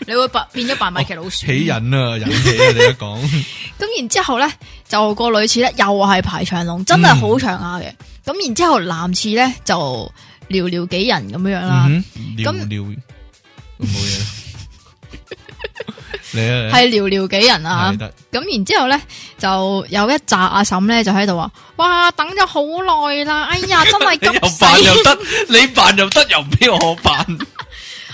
Speaker 1: 你會 扮變咗扮米奇老鼠。
Speaker 2: 起 人啊，引起啊！你一讲
Speaker 1: 咁然之後咧，就個女廁咧又係排長龍，真係好長下
Speaker 2: 嗯
Speaker 1: 嘅。咁、然之後男廁咧就寥寥幾人咁樣樣啦，
Speaker 2: 嗯哼，撩
Speaker 1: 咁
Speaker 2: 撩冇嘢啦， 你啊，
Speaker 1: 係寥寥幾人啊
Speaker 2: 係。得
Speaker 1: 咁然之後咧就有一紮阿嬸咧就喺度話：，哇，等咗好耐啦！哎呀，真係
Speaker 2: 你 又扮
Speaker 1: 急
Speaker 2: 又
Speaker 1: 死！
Speaker 2: 得，你扮又得，又唔俾我 扮，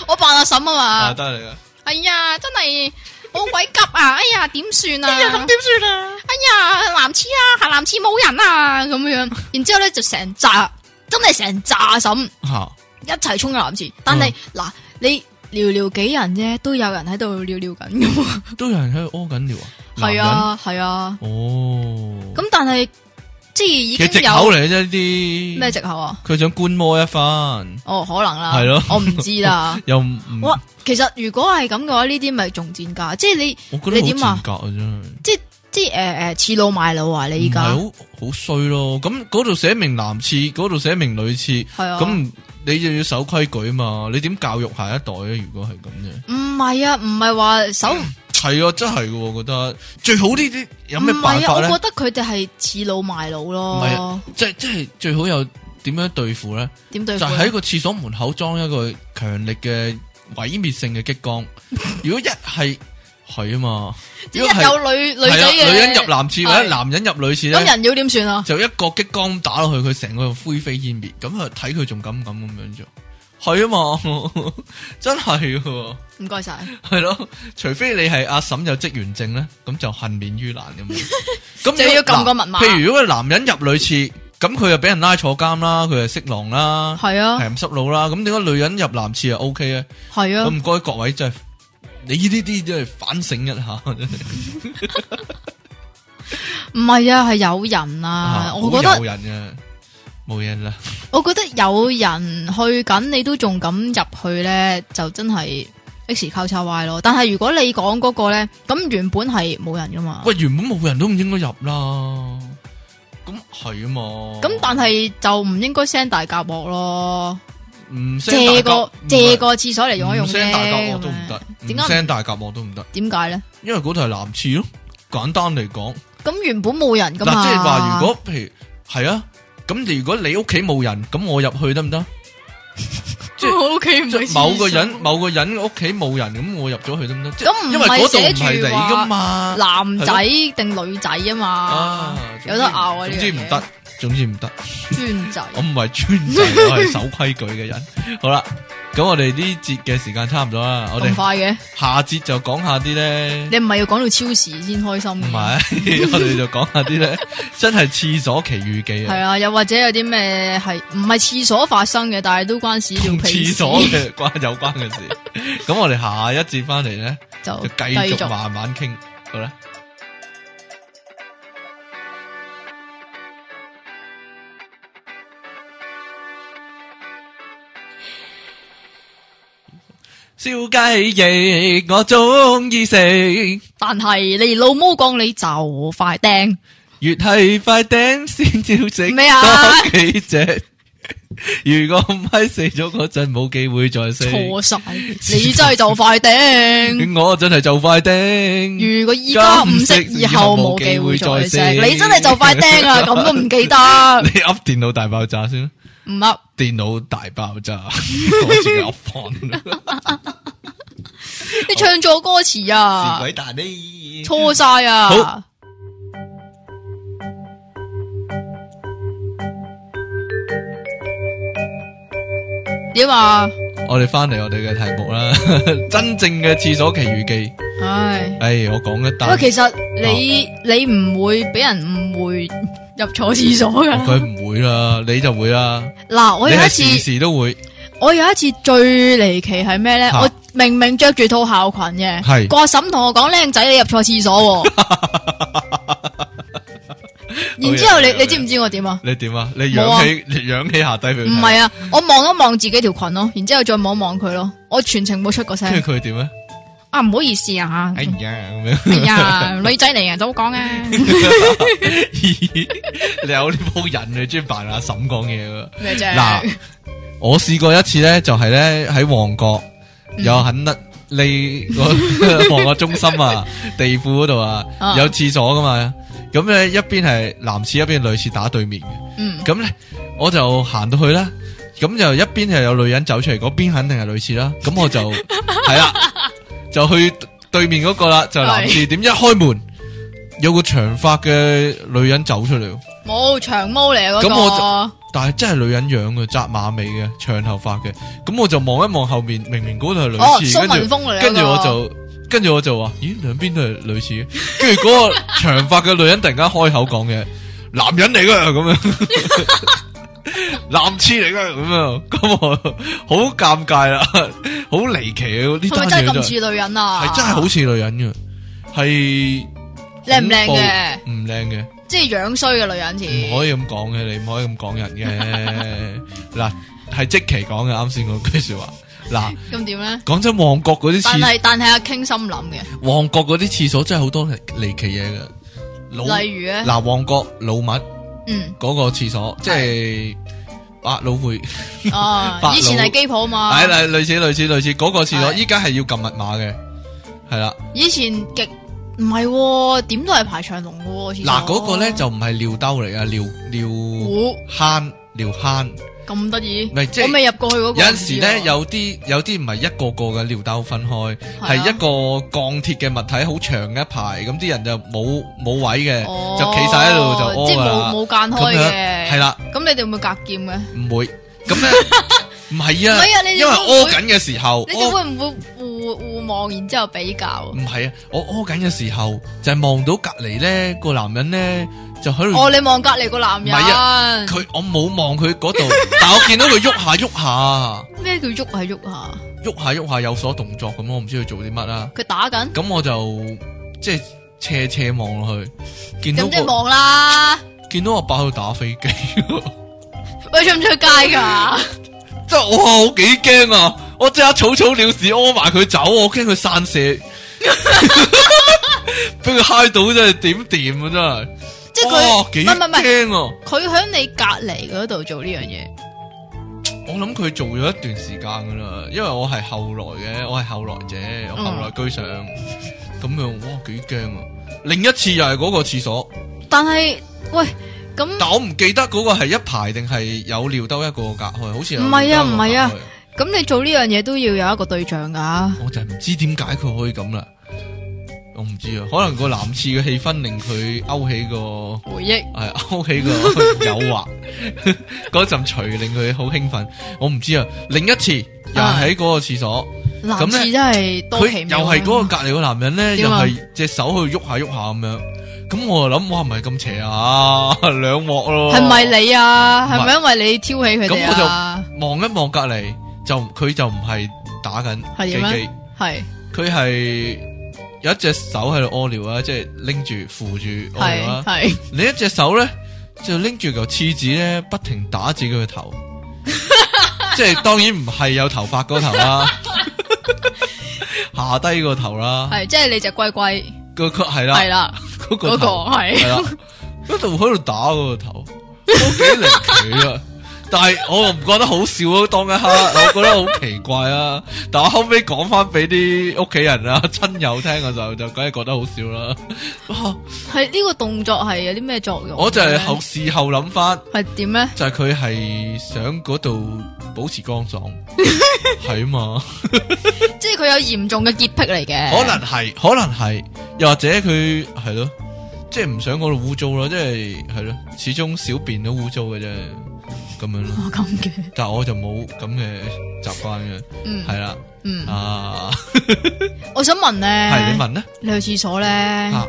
Speaker 1: 我扮阿嬸
Speaker 2: 啊
Speaker 1: 啊嘛，
Speaker 2: 得你啊，
Speaker 1: 哎呀，真係好鬼急啊！哎呀，點算啊？
Speaker 2: 点算啊？
Speaker 1: 哎呀，男廁啊，係男廁冇人啊，咁樣。然之後咧就成紮，真係成紮阿嬸。
Speaker 2: 吓，
Speaker 1: 一齊衝入男廁，但
Speaker 2: 嗯
Speaker 1: 係嗱、你寥寥幾人啫，都有人喺度尿尿緊嘅喎。
Speaker 2: 都有人喺度屙緊尿啊？男
Speaker 1: 係
Speaker 2: 人，
Speaker 1: 啊，係啊。
Speaker 2: 哦，
Speaker 1: 咁但係即係已
Speaker 2: 佢
Speaker 1: 經
Speaker 2: 藉
Speaker 1: 有
Speaker 2: 口嚟嘅啫，呢啲
Speaker 1: 咩藉口啊？
Speaker 2: 佢想觀摩一番，
Speaker 1: 哦，可能啦，
Speaker 2: 係咯。
Speaker 1: 我唔知啦
Speaker 2: 又唔，唔
Speaker 1: 我其實如果係咁嘅話，呢啲咪仲賤價，即係你
Speaker 2: 我覺得
Speaker 1: 你點啊
Speaker 2: 好賤格啊，真係。
Speaker 1: 即係诶诶，似老賣老啊！你而
Speaker 2: 唔係
Speaker 1: 家
Speaker 2: 好好衰咯，咁嗰度寫明男廁，嗰度寫明女廁，
Speaker 1: 係啊
Speaker 2: 咁你就要守規矩嘛？你點教育下一代咧？如果係咁啫，
Speaker 1: 唔係啊，唔係話手
Speaker 2: 係啊，真係嘅，我覺得最好呢啲有咩
Speaker 1: 唔
Speaker 2: 辦
Speaker 1: 係啊，
Speaker 2: 法
Speaker 1: 我
Speaker 2: 咧
Speaker 1: 覺？得佢哋係似老賣老
Speaker 2: 唔係啊
Speaker 1: 咯。
Speaker 2: 即係即係最好有點樣對付咧？
Speaker 1: 點對
Speaker 2: 就
Speaker 1: 付啊？
Speaker 2: 喺個廁所門口裝一個強力嘅毀滅性嘅激 光。如果一係係啊嘛，
Speaker 1: 一
Speaker 2: 如果係
Speaker 1: 有女女
Speaker 2: 係
Speaker 1: 仔
Speaker 2: 啊
Speaker 1: 嘅
Speaker 2: 女人入男廁或者
Speaker 1: 係
Speaker 2: 男人入女廁咧
Speaker 1: 咁。人妖點算啊？
Speaker 2: 就一個激光打落去，佢成個灰飛煙滅，咁啊睇佢仲敢唔敢咁樣做？係啊嘛， 真係喎，
Speaker 1: 唔該晒。
Speaker 2: 係咯，除非你係阿嬸有職員 證咧，咁就幸免於難咁樣。咁
Speaker 1: 就要撳個
Speaker 2: 嗱
Speaker 1: 密碼
Speaker 2: 譬如如果個男人入女廁，咁佢又俾人拉坐監啦，佢又色狼啦，
Speaker 1: 系啊
Speaker 2: 係，咁濕佬啦，咁點解女人入男廁又 O K 咧？
Speaker 1: 系啊
Speaker 2: 我，唔該各位真係，你呢啲真係反省一
Speaker 1: 啊
Speaker 2: 下，真係
Speaker 1: 唔系啊，系有人啊，
Speaker 2: 啊
Speaker 1: 我觉得
Speaker 2: 好有人嘅，冇嘢啦。
Speaker 1: 我觉得有人去紧，你都仲敢入去咧，就真系 X 交叉 Y 咯。但系如果你讲嗰個咧，咁原本係冇人噶嘛，
Speaker 2: 喂，原本冇人都唔應該入啦，咁係啊嘛。
Speaker 1: 咁但係就唔應該 send 大夾幕咯，
Speaker 2: 唔
Speaker 1: 借
Speaker 2: send 大
Speaker 1: 個
Speaker 2: 夾
Speaker 1: 借個廁所嚟用一用
Speaker 2: 唔 send 大夾
Speaker 1: 啫。
Speaker 2: 我都唔得，
Speaker 1: 點
Speaker 2: 唔
Speaker 1: 解唔
Speaker 2: send 大夾我都唔得，
Speaker 1: 點解咧？
Speaker 2: 因為嗰度係男廁咯。簡單嚟講，
Speaker 1: 咁原本冇人噶嘛，
Speaker 2: 嗱，即係話如果譬如係啊，咁如果你屋企冇人，咁我入去得唔得？即係
Speaker 1: 我屋企唔
Speaker 2: 即
Speaker 1: 係
Speaker 2: 係某個
Speaker 1: 個
Speaker 2: 人某個人屋企冇人，咁我入咗去得唔得？即係
Speaker 1: 咁唔係
Speaker 2: 因為嗰度唔係
Speaker 1: 寫住
Speaker 2: 你
Speaker 1: 話
Speaker 2: 噶嘛，
Speaker 1: 男仔定女仔啊嘛
Speaker 2: 啊，，
Speaker 1: 有得拗啊呢
Speaker 2: 總
Speaker 1: 樣
Speaker 2: 之
Speaker 1: 嘢
Speaker 2: 唔得，總之唔得。
Speaker 1: 專制。
Speaker 2: 我唔係專制，我係守規矩 嘅人。好啦，咁我哋呢節嘅時間差唔多啦，我哋
Speaker 1: 咁快嘅，
Speaker 2: 下節就講下啲咧，
Speaker 1: 你唔係要講到超時先開心
Speaker 2: 唔
Speaker 1: 嘅？
Speaker 2: 係，我哋就講下啲咧，真係廁所奇遇記
Speaker 1: 系
Speaker 2: 啊，
Speaker 1: 啊，又或者有啲咩係唔係廁所發生嘅，但係都關屎尿
Speaker 2: 同
Speaker 1: 屁
Speaker 2: 廁
Speaker 1: 事
Speaker 2: 所嘅關有關嘅事。咁我哋下一節翻嚟咧，
Speaker 1: 就
Speaker 2: 就繼
Speaker 1: 繼
Speaker 2: 續
Speaker 1: 續
Speaker 2: 慢慢傾，好啦。燒雞翼我中意食。
Speaker 1: 但係你老母講你就快掟，
Speaker 2: 越係快頂先至食
Speaker 1: 咩啊
Speaker 2: 多幾隻。如果唔係死咗嗰陣，冇機會再食。
Speaker 1: 錯晒，你真係就快 掟。
Speaker 2: 我真係就快頂。
Speaker 1: 如果依家唔識，嗯以後冇機會再食，你真係就快釘 啦！咁都唔記得，
Speaker 2: 你 up 電腦大爆炸先啦，
Speaker 1: 唔噏
Speaker 2: 電腦大爆炸，我自己 up 放。
Speaker 1: 你唱錯歌詞
Speaker 2: 是
Speaker 1: 啊，
Speaker 2: 鬼蛋呢？
Speaker 1: 錯晒啊
Speaker 2: 好！
Speaker 1: 點啊？
Speaker 2: 我哋翻嚟我哋嘅題目啦， 真正嘅廁所奇遇記。
Speaker 1: 唉，
Speaker 2: 唉，我講一
Speaker 1: 喂，
Speaker 2: 單，
Speaker 1: 其實你你唔會俾人誤會入錯廁所噶。
Speaker 2: 佢唔會啦，你就會啦。
Speaker 1: 嗱，我
Speaker 2: 你
Speaker 1: 有一
Speaker 2: 係
Speaker 1: 次。
Speaker 2: 時時都會。
Speaker 1: 我有一次最離奇係咩咧？
Speaker 2: 嚇
Speaker 1: 我明明着住套校裙
Speaker 2: 係
Speaker 1: 嘅，個阿嬸同我講：靚仔，你入錯廁所喎。 然之后
Speaker 2: 好嘢
Speaker 1: 你
Speaker 2: 好嘢
Speaker 1: 你知唔知我點啊？
Speaker 2: 你點啊？你
Speaker 1: 冇啊
Speaker 2: 仰起你仰起下低俾佢
Speaker 1: 唔
Speaker 2: 睇。
Speaker 1: 係啊，我望一望自己條裙咯，然之后再望一望佢咯，我全程冇出過
Speaker 2: 跟
Speaker 1: 聲。
Speaker 2: 住佢 點咧？
Speaker 1: 啊，唔好意思啊
Speaker 2: 哎
Speaker 1: 吓，
Speaker 2: 呀 咁樣，
Speaker 1: 哎呀，女仔嚟嘅都講啊，
Speaker 2: 你有呢鋪人，你專扮阿嬸講嘢㗎
Speaker 1: 咩啫？
Speaker 2: 嗱，我試過一次咧，就係咧喺旺角
Speaker 1: 嗯
Speaker 2: 有肯德利 嗰旺角中心啊，地庫嗰度啊，
Speaker 1: 啊
Speaker 2: 有廁所噶嘛。咁咧一邊係男廁，一邊女廁打對面嘅。
Speaker 1: 嗯，
Speaker 2: 咁咧，我就行到去啦。咁就一邊又有女人走出嚟，嗰邊肯定係女廁啦。咁 我就係啦，就去對面嗰個啦，就男廁。點一開門，有個長髮嘅女人走出嚟，
Speaker 1: 冇長毛嚟啊嗰
Speaker 2: 咁我
Speaker 1: 個，
Speaker 2: 但係真係女人樣嘅，紮馬尾嘅，長頭髮嘅。咁我就望一望後面，明明嗰度係女
Speaker 1: 哦，
Speaker 2: 廁，
Speaker 1: 蘇
Speaker 2: 跟
Speaker 1: 文
Speaker 2: 住
Speaker 1: 峰嚟啊嗰個，
Speaker 2: 跟住我就跟住我就話：咦，兩邊都係女廁嘅。跟住嗰個長髮嘅女人突然間開口講嘢，男人嚟噶咁樣， 男廁嚟噶咁樣，咁我好尷尬啦，好離奇啊！呢
Speaker 1: 係咪
Speaker 2: 單
Speaker 1: 真係
Speaker 2: 嘢
Speaker 1: 咁
Speaker 2: 真係
Speaker 1: 似女人啊？
Speaker 2: 係真係好似女人嘅，係
Speaker 1: 靚唔靚嘅
Speaker 2: 恐怖唔靚嘅。
Speaker 1: 即係樣衰嘅女人似。
Speaker 2: 唔可以咁講嘅， 你唔可以咁講人嘅。嗱，係即期講嘅，啱先嗰句说話。嗱，
Speaker 1: 咁點咧？
Speaker 2: 講真，旺角嗰啲
Speaker 1: 但
Speaker 2: 廁，
Speaker 1: 係但係阿傾心諗嘅，
Speaker 2: 旺角嗰啲廁所真係好多離離奇嘢嘅。老
Speaker 1: 例如咧，
Speaker 2: 嗱，旺角老麥
Speaker 1: 嗯，
Speaker 2: 嗰個廁所，即係百老匯，
Speaker 1: 哦
Speaker 2: 白，
Speaker 1: 以前係機鋪嘛，
Speaker 2: 係啦，類似類似類似嗰個廁所，
Speaker 1: 係
Speaker 2: 依家係要撳密碼嘅，係啦。
Speaker 1: 以前極唔係喎，點都係排長龍嘅喎，廁所
Speaker 2: 嗱，嗰個咧就唔係尿兜嚟嘅，尿尿
Speaker 1: 估
Speaker 2: 坑尿坑。
Speaker 1: 咁得意，
Speaker 2: 咪即係
Speaker 1: 我未入過去嗰個，啊
Speaker 2: 有陣時
Speaker 1: 唔
Speaker 2: 咧，
Speaker 1: 知喎
Speaker 2: 有啲有啲唔係一個個嘅尿兜分開，係
Speaker 1: 啊
Speaker 2: 一個鋼鐵嘅物體，好長一排，咁啲人就冇冇位嘅，
Speaker 1: 哦
Speaker 2: 就企晒喺度就
Speaker 1: 即
Speaker 2: 屙
Speaker 1: 係
Speaker 2: 㗎啦
Speaker 1: 冇冇間
Speaker 2: 咁
Speaker 1: 開
Speaker 2: 樣
Speaker 1: 嘅，
Speaker 2: 係，啦，
Speaker 1: 咁你哋會唔會隔劍嘅？
Speaker 2: 唔會 咁咧，唔係
Speaker 1: 唔係
Speaker 2: 啊，
Speaker 1: 啊你哋
Speaker 2: 因為
Speaker 1: 會唔
Speaker 2: 屙
Speaker 1: 會
Speaker 2: 緊嘅時候，
Speaker 1: 你哋
Speaker 2: 屙
Speaker 1: 會唔會互互望然之後比較？
Speaker 2: 唔係啊，我屙緊嘅時候就係望到隔離咧個男人咧就喺度
Speaker 1: 哦，你望隔篱个男
Speaker 2: 唔係啊
Speaker 1: 人，
Speaker 2: 佢我冇望佢嗰度，但我見到佢喐下喐下，
Speaker 1: 咩叫喐系喐下？
Speaker 2: 喐下喐下有所動作咁，我唔知佢做啲乜啦。
Speaker 1: 佢打紧，
Speaker 2: 咁我就即係斜斜望落去，見到
Speaker 1: 咁即系
Speaker 2: 個
Speaker 1: 望啦。
Speaker 2: 見到阿伯喺度打飛機，
Speaker 1: 喂，出唔出街噶？
Speaker 2: 真係哇！我幾驚啊！我即刻草草了事，屙埋佢走，我驚佢散射， 俾佢嗨到真係點掂啊！真係，
Speaker 1: 即系佢
Speaker 2: 哇
Speaker 1: 唔
Speaker 2: 幾
Speaker 1: 係唔係唔係，
Speaker 2: 驚啊！
Speaker 1: 佢喺你隔篱嗰度做呢样嘢。
Speaker 2: 我諗佢做咗一段時間噶啦，因為我係後來嘅，我係後來者，我後來居上，
Speaker 1: 嗯
Speaker 2: 咁、樣哇幾驚啊！另一次又係嗰個廁所，
Speaker 1: 但系喂，咁
Speaker 2: 但我唔記得嗰個係一排定係有尿兜一個隔開，好似有
Speaker 1: 唔係啊
Speaker 2: 尿兜一
Speaker 1: 唔
Speaker 2: 個
Speaker 1: 係啊
Speaker 2: 隔開，
Speaker 1: 咁你做呢样嘢都要有一个对象噶。
Speaker 2: 我就係唔知點解佢可以咁啦，我唔知啊，可能個男廁嘅氣氛令佢勾起個。
Speaker 1: 回忆
Speaker 2: 系 勾起个誘惑， 嗰陣除令佢好興奮。我唔知啊。另一次又係喺嗰個廁所，
Speaker 1: 男
Speaker 2: 咁
Speaker 1: 士
Speaker 2: 呢
Speaker 1: 真系多
Speaker 2: 佢
Speaker 1: 奇
Speaker 2: 又
Speaker 1: 妙啊。
Speaker 2: 係嗰個隔離個男人咧，又
Speaker 1: 點啊
Speaker 2: 係隻手去喐下喐下咁樣。咁我就諗，哇，唔係咁邪啊， 兩鑊咯。
Speaker 1: 系咪你啊？
Speaker 2: 唔係
Speaker 1: 系咪因为你挑起佢哋啊？
Speaker 2: 望一望隔離，就佢就唔係打緊
Speaker 1: 係
Speaker 2: 機
Speaker 1: 點咧
Speaker 2: 機，
Speaker 1: 系
Speaker 2: 佢係有一隻手喺度屙尿啊，即係拎住扶住
Speaker 1: 系
Speaker 2: 屙尿啊。
Speaker 1: 系
Speaker 2: 另一隻手咧就拎住嚿廁紙咧，不停打自己個 頭。即係當然唔係有頭髮嗰頭 啦，下低個頭啦，
Speaker 1: 系，即系你只龟龟
Speaker 2: 個佢係啦
Speaker 1: 系，啦，
Speaker 2: 嗰個
Speaker 1: 嗰
Speaker 2: 頭
Speaker 1: 个系
Speaker 2: 係啦，一度喺度打嗰個頭，都幾離奇啊！但係我又唔覺得好笑啊，當一刻我覺得好奇怪啊！但我後尾講翻俾啲屋企人啊、親友聽嘅時候，就梗係覺得好笑啦。哇！
Speaker 1: 系呢个动作系有啲咩作用呢？
Speaker 2: 我就係後事後諗翻。
Speaker 1: 系点咧？
Speaker 2: 就係佢係想嗰度保持乾爽，係啊嘛，
Speaker 1: 即系佢有严重嘅洁癖嚟嘅，
Speaker 2: 可能係，可能係，又或者佢係咯，即係唔想嗰度污糟咯，即係係咯，始終小便都污糟嘅啫，咁樣咯。
Speaker 1: 我咁嘅，
Speaker 2: 但系我就冇咁嘅習慣嘅，
Speaker 1: 嗯
Speaker 2: 係啦，
Speaker 1: 嗯，
Speaker 2: 啊，
Speaker 1: 我想问咧，
Speaker 2: 係你問啦，
Speaker 1: 你去厕所咧，
Speaker 2: 啊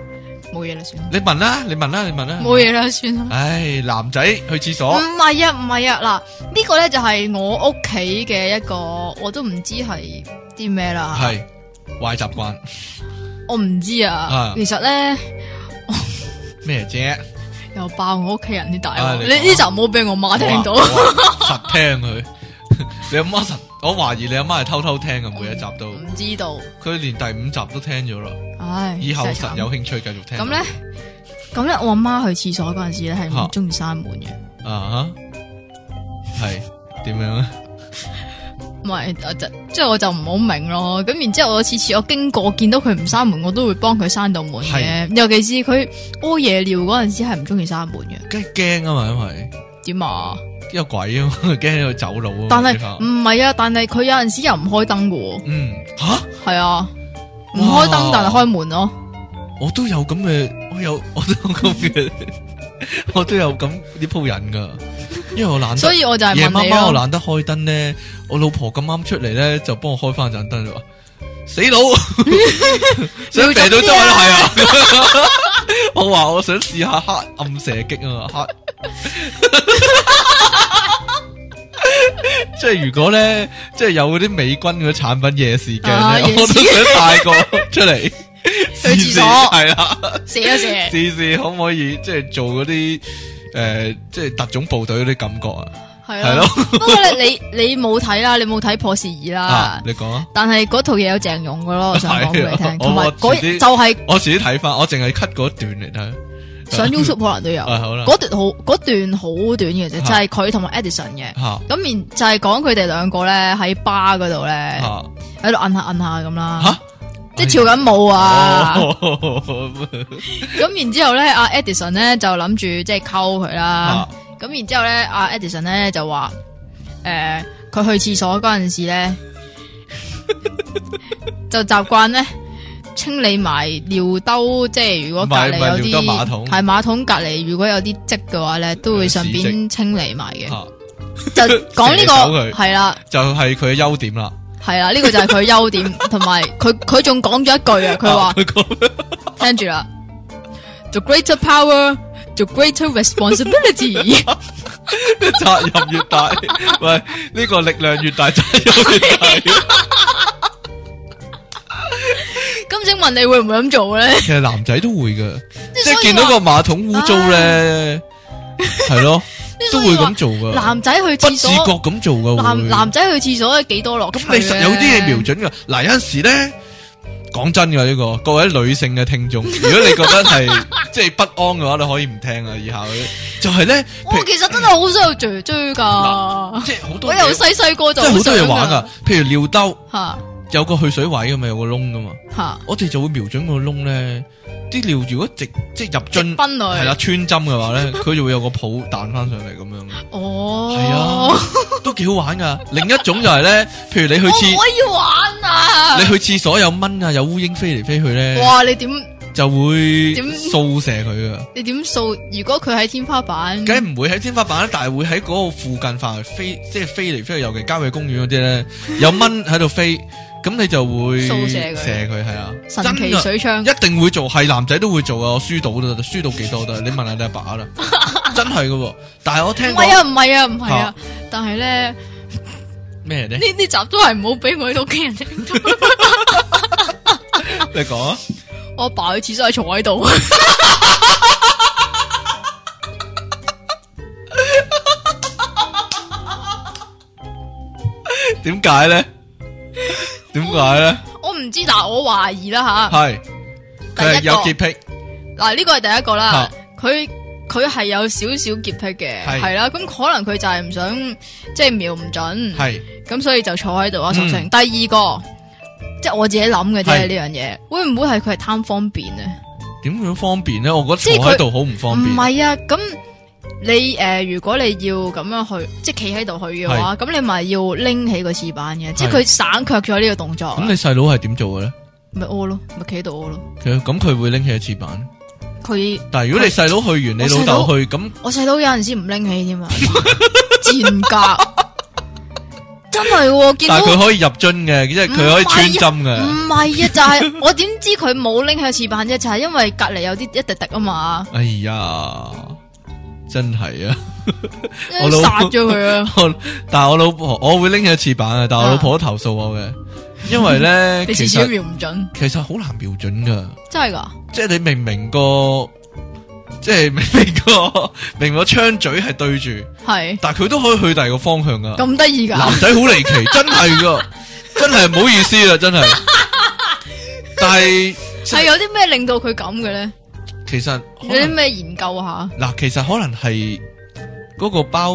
Speaker 1: 冇嘢啦，算啦，
Speaker 2: 你問啦，你問啦，你問啦，
Speaker 1: 冇。嘢啦，算啦。
Speaker 2: 唉，男仔去廁所，
Speaker 1: 唔系啊，唔系啊，嗱，呢个咧就系我屋企嘅一个，我都唔知系啲咩啦，
Speaker 2: 係壞習慣
Speaker 1: 我唔知啊
Speaker 2: 啊。
Speaker 1: 其实咧
Speaker 2: 咩啫？
Speaker 1: 又爆我屋企人啲大
Speaker 2: 啊
Speaker 1: 鑊，
Speaker 2: 你
Speaker 1: 你
Speaker 2: 講啊
Speaker 1: 呢集冇俾我妈听到
Speaker 2: 我，話我話實聽佢。你阿媽實，我懷疑你阿媽係偷偷聽嘅，每一集都，
Speaker 1: 唔知道，
Speaker 2: 佢連第五集都聽咗啦。
Speaker 1: 唉，
Speaker 2: 以後
Speaker 1: 真係
Speaker 2: 實
Speaker 1: 慘
Speaker 2: 有興趣繼續聽。
Speaker 1: 咁咧，咁咧，我阿妈去厕所嗰阵时咧系
Speaker 2: 嚇
Speaker 1: 唔中意闩门嘅，
Speaker 2: 啊哈，係點樣咧？
Speaker 1: 唔系我就即系我就唔好明咯。咁然之后我次次我经过見到佢唔閂門，我都會幫佢閂到門嘅。尤其是佢屙夜尿嗰阵时系唔中意閂門嘅，
Speaker 2: 梗係驚啊嘛，因為
Speaker 1: 點啊？
Speaker 2: 有鬼啊嘛，驚佢走佬啊嘛。
Speaker 1: 但係
Speaker 2: 之後
Speaker 1: 唔係啊？但係佢有阵时又唔開燈嘅
Speaker 2: 嗯吓，
Speaker 1: 喎，係啊，唔開
Speaker 2: 哇
Speaker 1: 燈但係開門咯。
Speaker 2: 我都有咁嘅，我有我都有咁嘅，我都有咁呢鋪人噶，因為我懶
Speaker 1: 所
Speaker 2: 得。
Speaker 1: 以我就係
Speaker 2: 夜
Speaker 1: 問
Speaker 2: 媽
Speaker 1: 你
Speaker 2: 媽我
Speaker 1: 咯，
Speaker 2: 懶得開燈咧，我老婆咁啱出嚟咧，就幫我開翻盞燈就話 死佬，想射到周圍都係啊！ 我話我想試下黑暗射擊啊，黑。 即係如果咧，即係有嗰啲美軍嗰啲產品夜視鏡
Speaker 1: 啊
Speaker 2: 咧，
Speaker 1: 夜視
Speaker 2: 我都想帶個出嚟
Speaker 1: 去廁所
Speaker 2: 係啦。
Speaker 1: 射一射。
Speaker 2: 試試可唔可以即係做嗰啲诶，即係特種部隊嗰啲感覺啊？
Speaker 1: 係
Speaker 2: 係
Speaker 1: 咯，
Speaker 2: 咯，
Speaker 1: 不過咧你你冇睇啦，你冇睇破事二啦
Speaker 2: 啊，。你講啊！
Speaker 1: 但係嗰套嘢有鄭融嘅咯，我想講俾你
Speaker 2: 係啊
Speaker 1: 聽，同埋
Speaker 2: 我
Speaker 1: 嗰
Speaker 2: 自己
Speaker 1: 就係
Speaker 2: 我自己睇翻，我淨係 cut 嗰段嚟睇。
Speaker 1: 上 YouTube 可能都有。
Speaker 2: 啊，好啦，
Speaker 1: 嗰段好嗰段好短嘅啫，就係佢同埋 Edison 嘅。
Speaker 2: 吓
Speaker 1: 咁然就係講佢哋兩個咧喺巴嗰度咧，
Speaker 2: 吓
Speaker 1: 喺度摁下摁下咁啦，
Speaker 2: 吓，
Speaker 1: 即係跳緊舞啊！
Speaker 2: 哦
Speaker 1: 咁然之後咧，阿 Edison 咧就諗住即係溝佢啦
Speaker 2: 啊。
Speaker 1: 咁然之後咧，阿 Edison 咧就話：诶，佢去廁所嗰陣時 咧，就習慣咧清理埋尿兜，即係如果隔
Speaker 2: 唔係
Speaker 1: 離
Speaker 2: 唔係
Speaker 1: 有
Speaker 2: 尿兜
Speaker 1: 啲
Speaker 2: 馬桶
Speaker 1: 係馬桶隔離，如果有啲積嘅話咧，都會順
Speaker 2: 屎
Speaker 1: 便清理埋嘅。
Speaker 2: 吓，
Speaker 1: 就講呢
Speaker 2: 射走
Speaker 1: 個
Speaker 2: 佢
Speaker 1: 係啦。
Speaker 2: 就係佢嘅優點啦。
Speaker 1: 系啦，呢、個就係佢優 點，同埋佢佢仲講咗一句啊，佢話
Speaker 2: 啊佢講
Speaker 1: 聽住啦，the greater power 做 greater responsibility，
Speaker 2: 责任越大， 喂，呢、个力量越大，责任 越大。
Speaker 1: 咁请问你會唔會咁做咧？
Speaker 2: 其实男仔都會嘅，即
Speaker 1: 所以
Speaker 2: 係見到個馬桶污糟咧，係咯，都
Speaker 1: 所
Speaker 2: 會
Speaker 1: 以
Speaker 2: 咁做噶，
Speaker 1: 男仔去
Speaker 2: 不自
Speaker 1: 廁
Speaker 2: 覺
Speaker 1: 所，
Speaker 2: 咁做噶。會
Speaker 1: 男男仔去廁所幾多落？
Speaker 2: 咁你實有啲嘢瞄。準噶。嗱，有阵时咧，講真噶呢個，各位女性嘅 聽眾，如果你覺得係 即係不安嘅話，你可以唔聽啊。以後就係咧，
Speaker 1: 我
Speaker 2: 譬如
Speaker 1: 其實真係好想去追追㗎，
Speaker 2: 即係好多
Speaker 1: 我由
Speaker 2: 嘢，
Speaker 1: 細細個
Speaker 2: 即
Speaker 1: 就
Speaker 2: 係好
Speaker 1: 想
Speaker 2: 多嘢玩噶。譬如尿兜
Speaker 1: 嚇
Speaker 2: 有個去水位㗎嘛，有個窿噶嘛，
Speaker 1: 嚇，
Speaker 2: 我哋就會瞄準個窿咧，啲尿如果直即係入
Speaker 1: 進
Speaker 2: 樽。
Speaker 1: 分類
Speaker 2: 系啦，，穿針 嘅話咧，佢就會有個抱彈翻上嚟咁樣，
Speaker 1: 哦，
Speaker 2: 係 啊都幾好玩噶。另一種就係咧，譬如你去
Speaker 1: 我
Speaker 2: 廁，
Speaker 1: 唔可以玩啊！
Speaker 2: 你去廁所有蚊啊，有烏蠅飛嚟飛去咧，
Speaker 1: 哇，你點
Speaker 2: 就會
Speaker 1: 點
Speaker 2: 掃射佢噶。
Speaker 1: 你點掃？如果佢喺天花板，
Speaker 2: 梗係唔會喺天花板啦，但係會喺嗰個附近範圍飛，即係飛嚟飛去，尤其郊野公園嗰啲咧，有蚊喺度飛，咁你就會
Speaker 1: 掃射佢
Speaker 2: 射佢係啊，
Speaker 1: 神
Speaker 2: 真
Speaker 1: 奇
Speaker 2: 㗎
Speaker 1: 水槍，
Speaker 2: 一定會做，係男仔都會做啊！我輸到都得，輸到幾多都 得，你問下你阿爸啦，真係噶。但係我聽
Speaker 1: 唔係
Speaker 2: 講
Speaker 1: 啊，唔係啊，唔係
Speaker 2: 啊
Speaker 1: 啊，但係咧。
Speaker 2: 咩咧？
Speaker 1: 呢呢集都系唔好俾我啲屋企人聽到。
Speaker 2: 你講啊！
Speaker 1: 我阿爸去廁所係坐喺度，
Speaker 2: 点解咧？点解咧？
Speaker 1: 我唔知，但係我懷疑啦
Speaker 2: 系
Speaker 1: 哦第
Speaker 2: 佢
Speaker 1: 一
Speaker 2: 系有
Speaker 1: 個
Speaker 2: 洁癖，
Speaker 1: 吓。嗱，呢個係第一個啦
Speaker 2: 啊，
Speaker 1: 佢佢係有少少潔癖嘅，
Speaker 2: 係
Speaker 1: 係啦，咁可能佢就係唔想即係瞄唔準，
Speaker 2: 系
Speaker 1: 咁所以就坐喺度啊，
Speaker 2: 嗯
Speaker 1: 索性。第二個即係我自己諗嘅啫，
Speaker 2: 係
Speaker 1: 呢樣嘢會唔會係佢係貪方便咧？
Speaker 2: 点样方便咧？我觉得
Speaker 1: 即係
Speaker 2: 坐
Speaker 1: 佢
Speaker 2: 喺度好唔方
Speaker 1: 唔
Speaker 2: 便。
Speaker 1: 係啊，咁你诶，如果你要咁樣去，即係企喺度去嘅話，咁你咪要拎起個翅膀嘅，即係
Speaker 2: 係
Speaker 1: 佢省卻咗呢個動作啊。
Speaker 2: 咁你细佬系点做嘅咧？
Speaker 1: 咪屙咯，咪企喺度屙咯。
Speaker 2: 佢咁佢会拎起个翅膀，
Speaker 1: 佢
Speaker 2: 但系如果你细佬去完，你
Speaker 1: 我細
Speaker 2: 老
Speaker 1: 佬
Speaker 2: 豆去，咁
Speaker 1: 我細佬有陣時唔拎起添啊，賤格，真係喎！見
Speaker 2: 但
Speaker 1: 到
Speaker 2: 系佢可以入樽嘅，即系佢可以穿針
Speaker 1: 唔
Speaker 2: 嘅。
Speaker 1: 係啊，就係、 我點知佢冇拎起翅膀啫？就係、因為隔離有啲一滴滴啊嘛，
Speaker 2: 哎呀，真系啊！我老
Speaker 1: 殺咗佢啊！
Speaker 2: 我但系我老婆，我会拎起個翅膀啊，但系我
Speaker 1: 啊
Speaker 2: 老婆都投诉我嘅，因为咧
Speaker 1: 你
Speaker 2: 其
Speaker 1: 次次都
Speaker 2: 实
Speaker 1: 瞄唔準，
Speaker 2: 其实好难瞄准噶。
Speaker 1: 真係㗎？
Speaker 2: 即系你明明个，即系 明明個明明個槍嘴係對住，
Speaker 1: 係
Speaker 2: 但系佢都可以去第二個方向噶。
Speaker 1: 咁得意
Speaker 2: 啊男
Speaker 1: 㗎？
Speaker 2: 仔好離奇，真係噶， 真係唔好意思啦，啊真係。但係
Speaker 1: 係有啲咩令到佢咁嘅咧？
Speaker 2: 其實可
Speaker 1: 有啲
Speaker 2: 能
Speaker 1: 咩研究下？
Speaker 2: 嗱，其實可能係嗰個包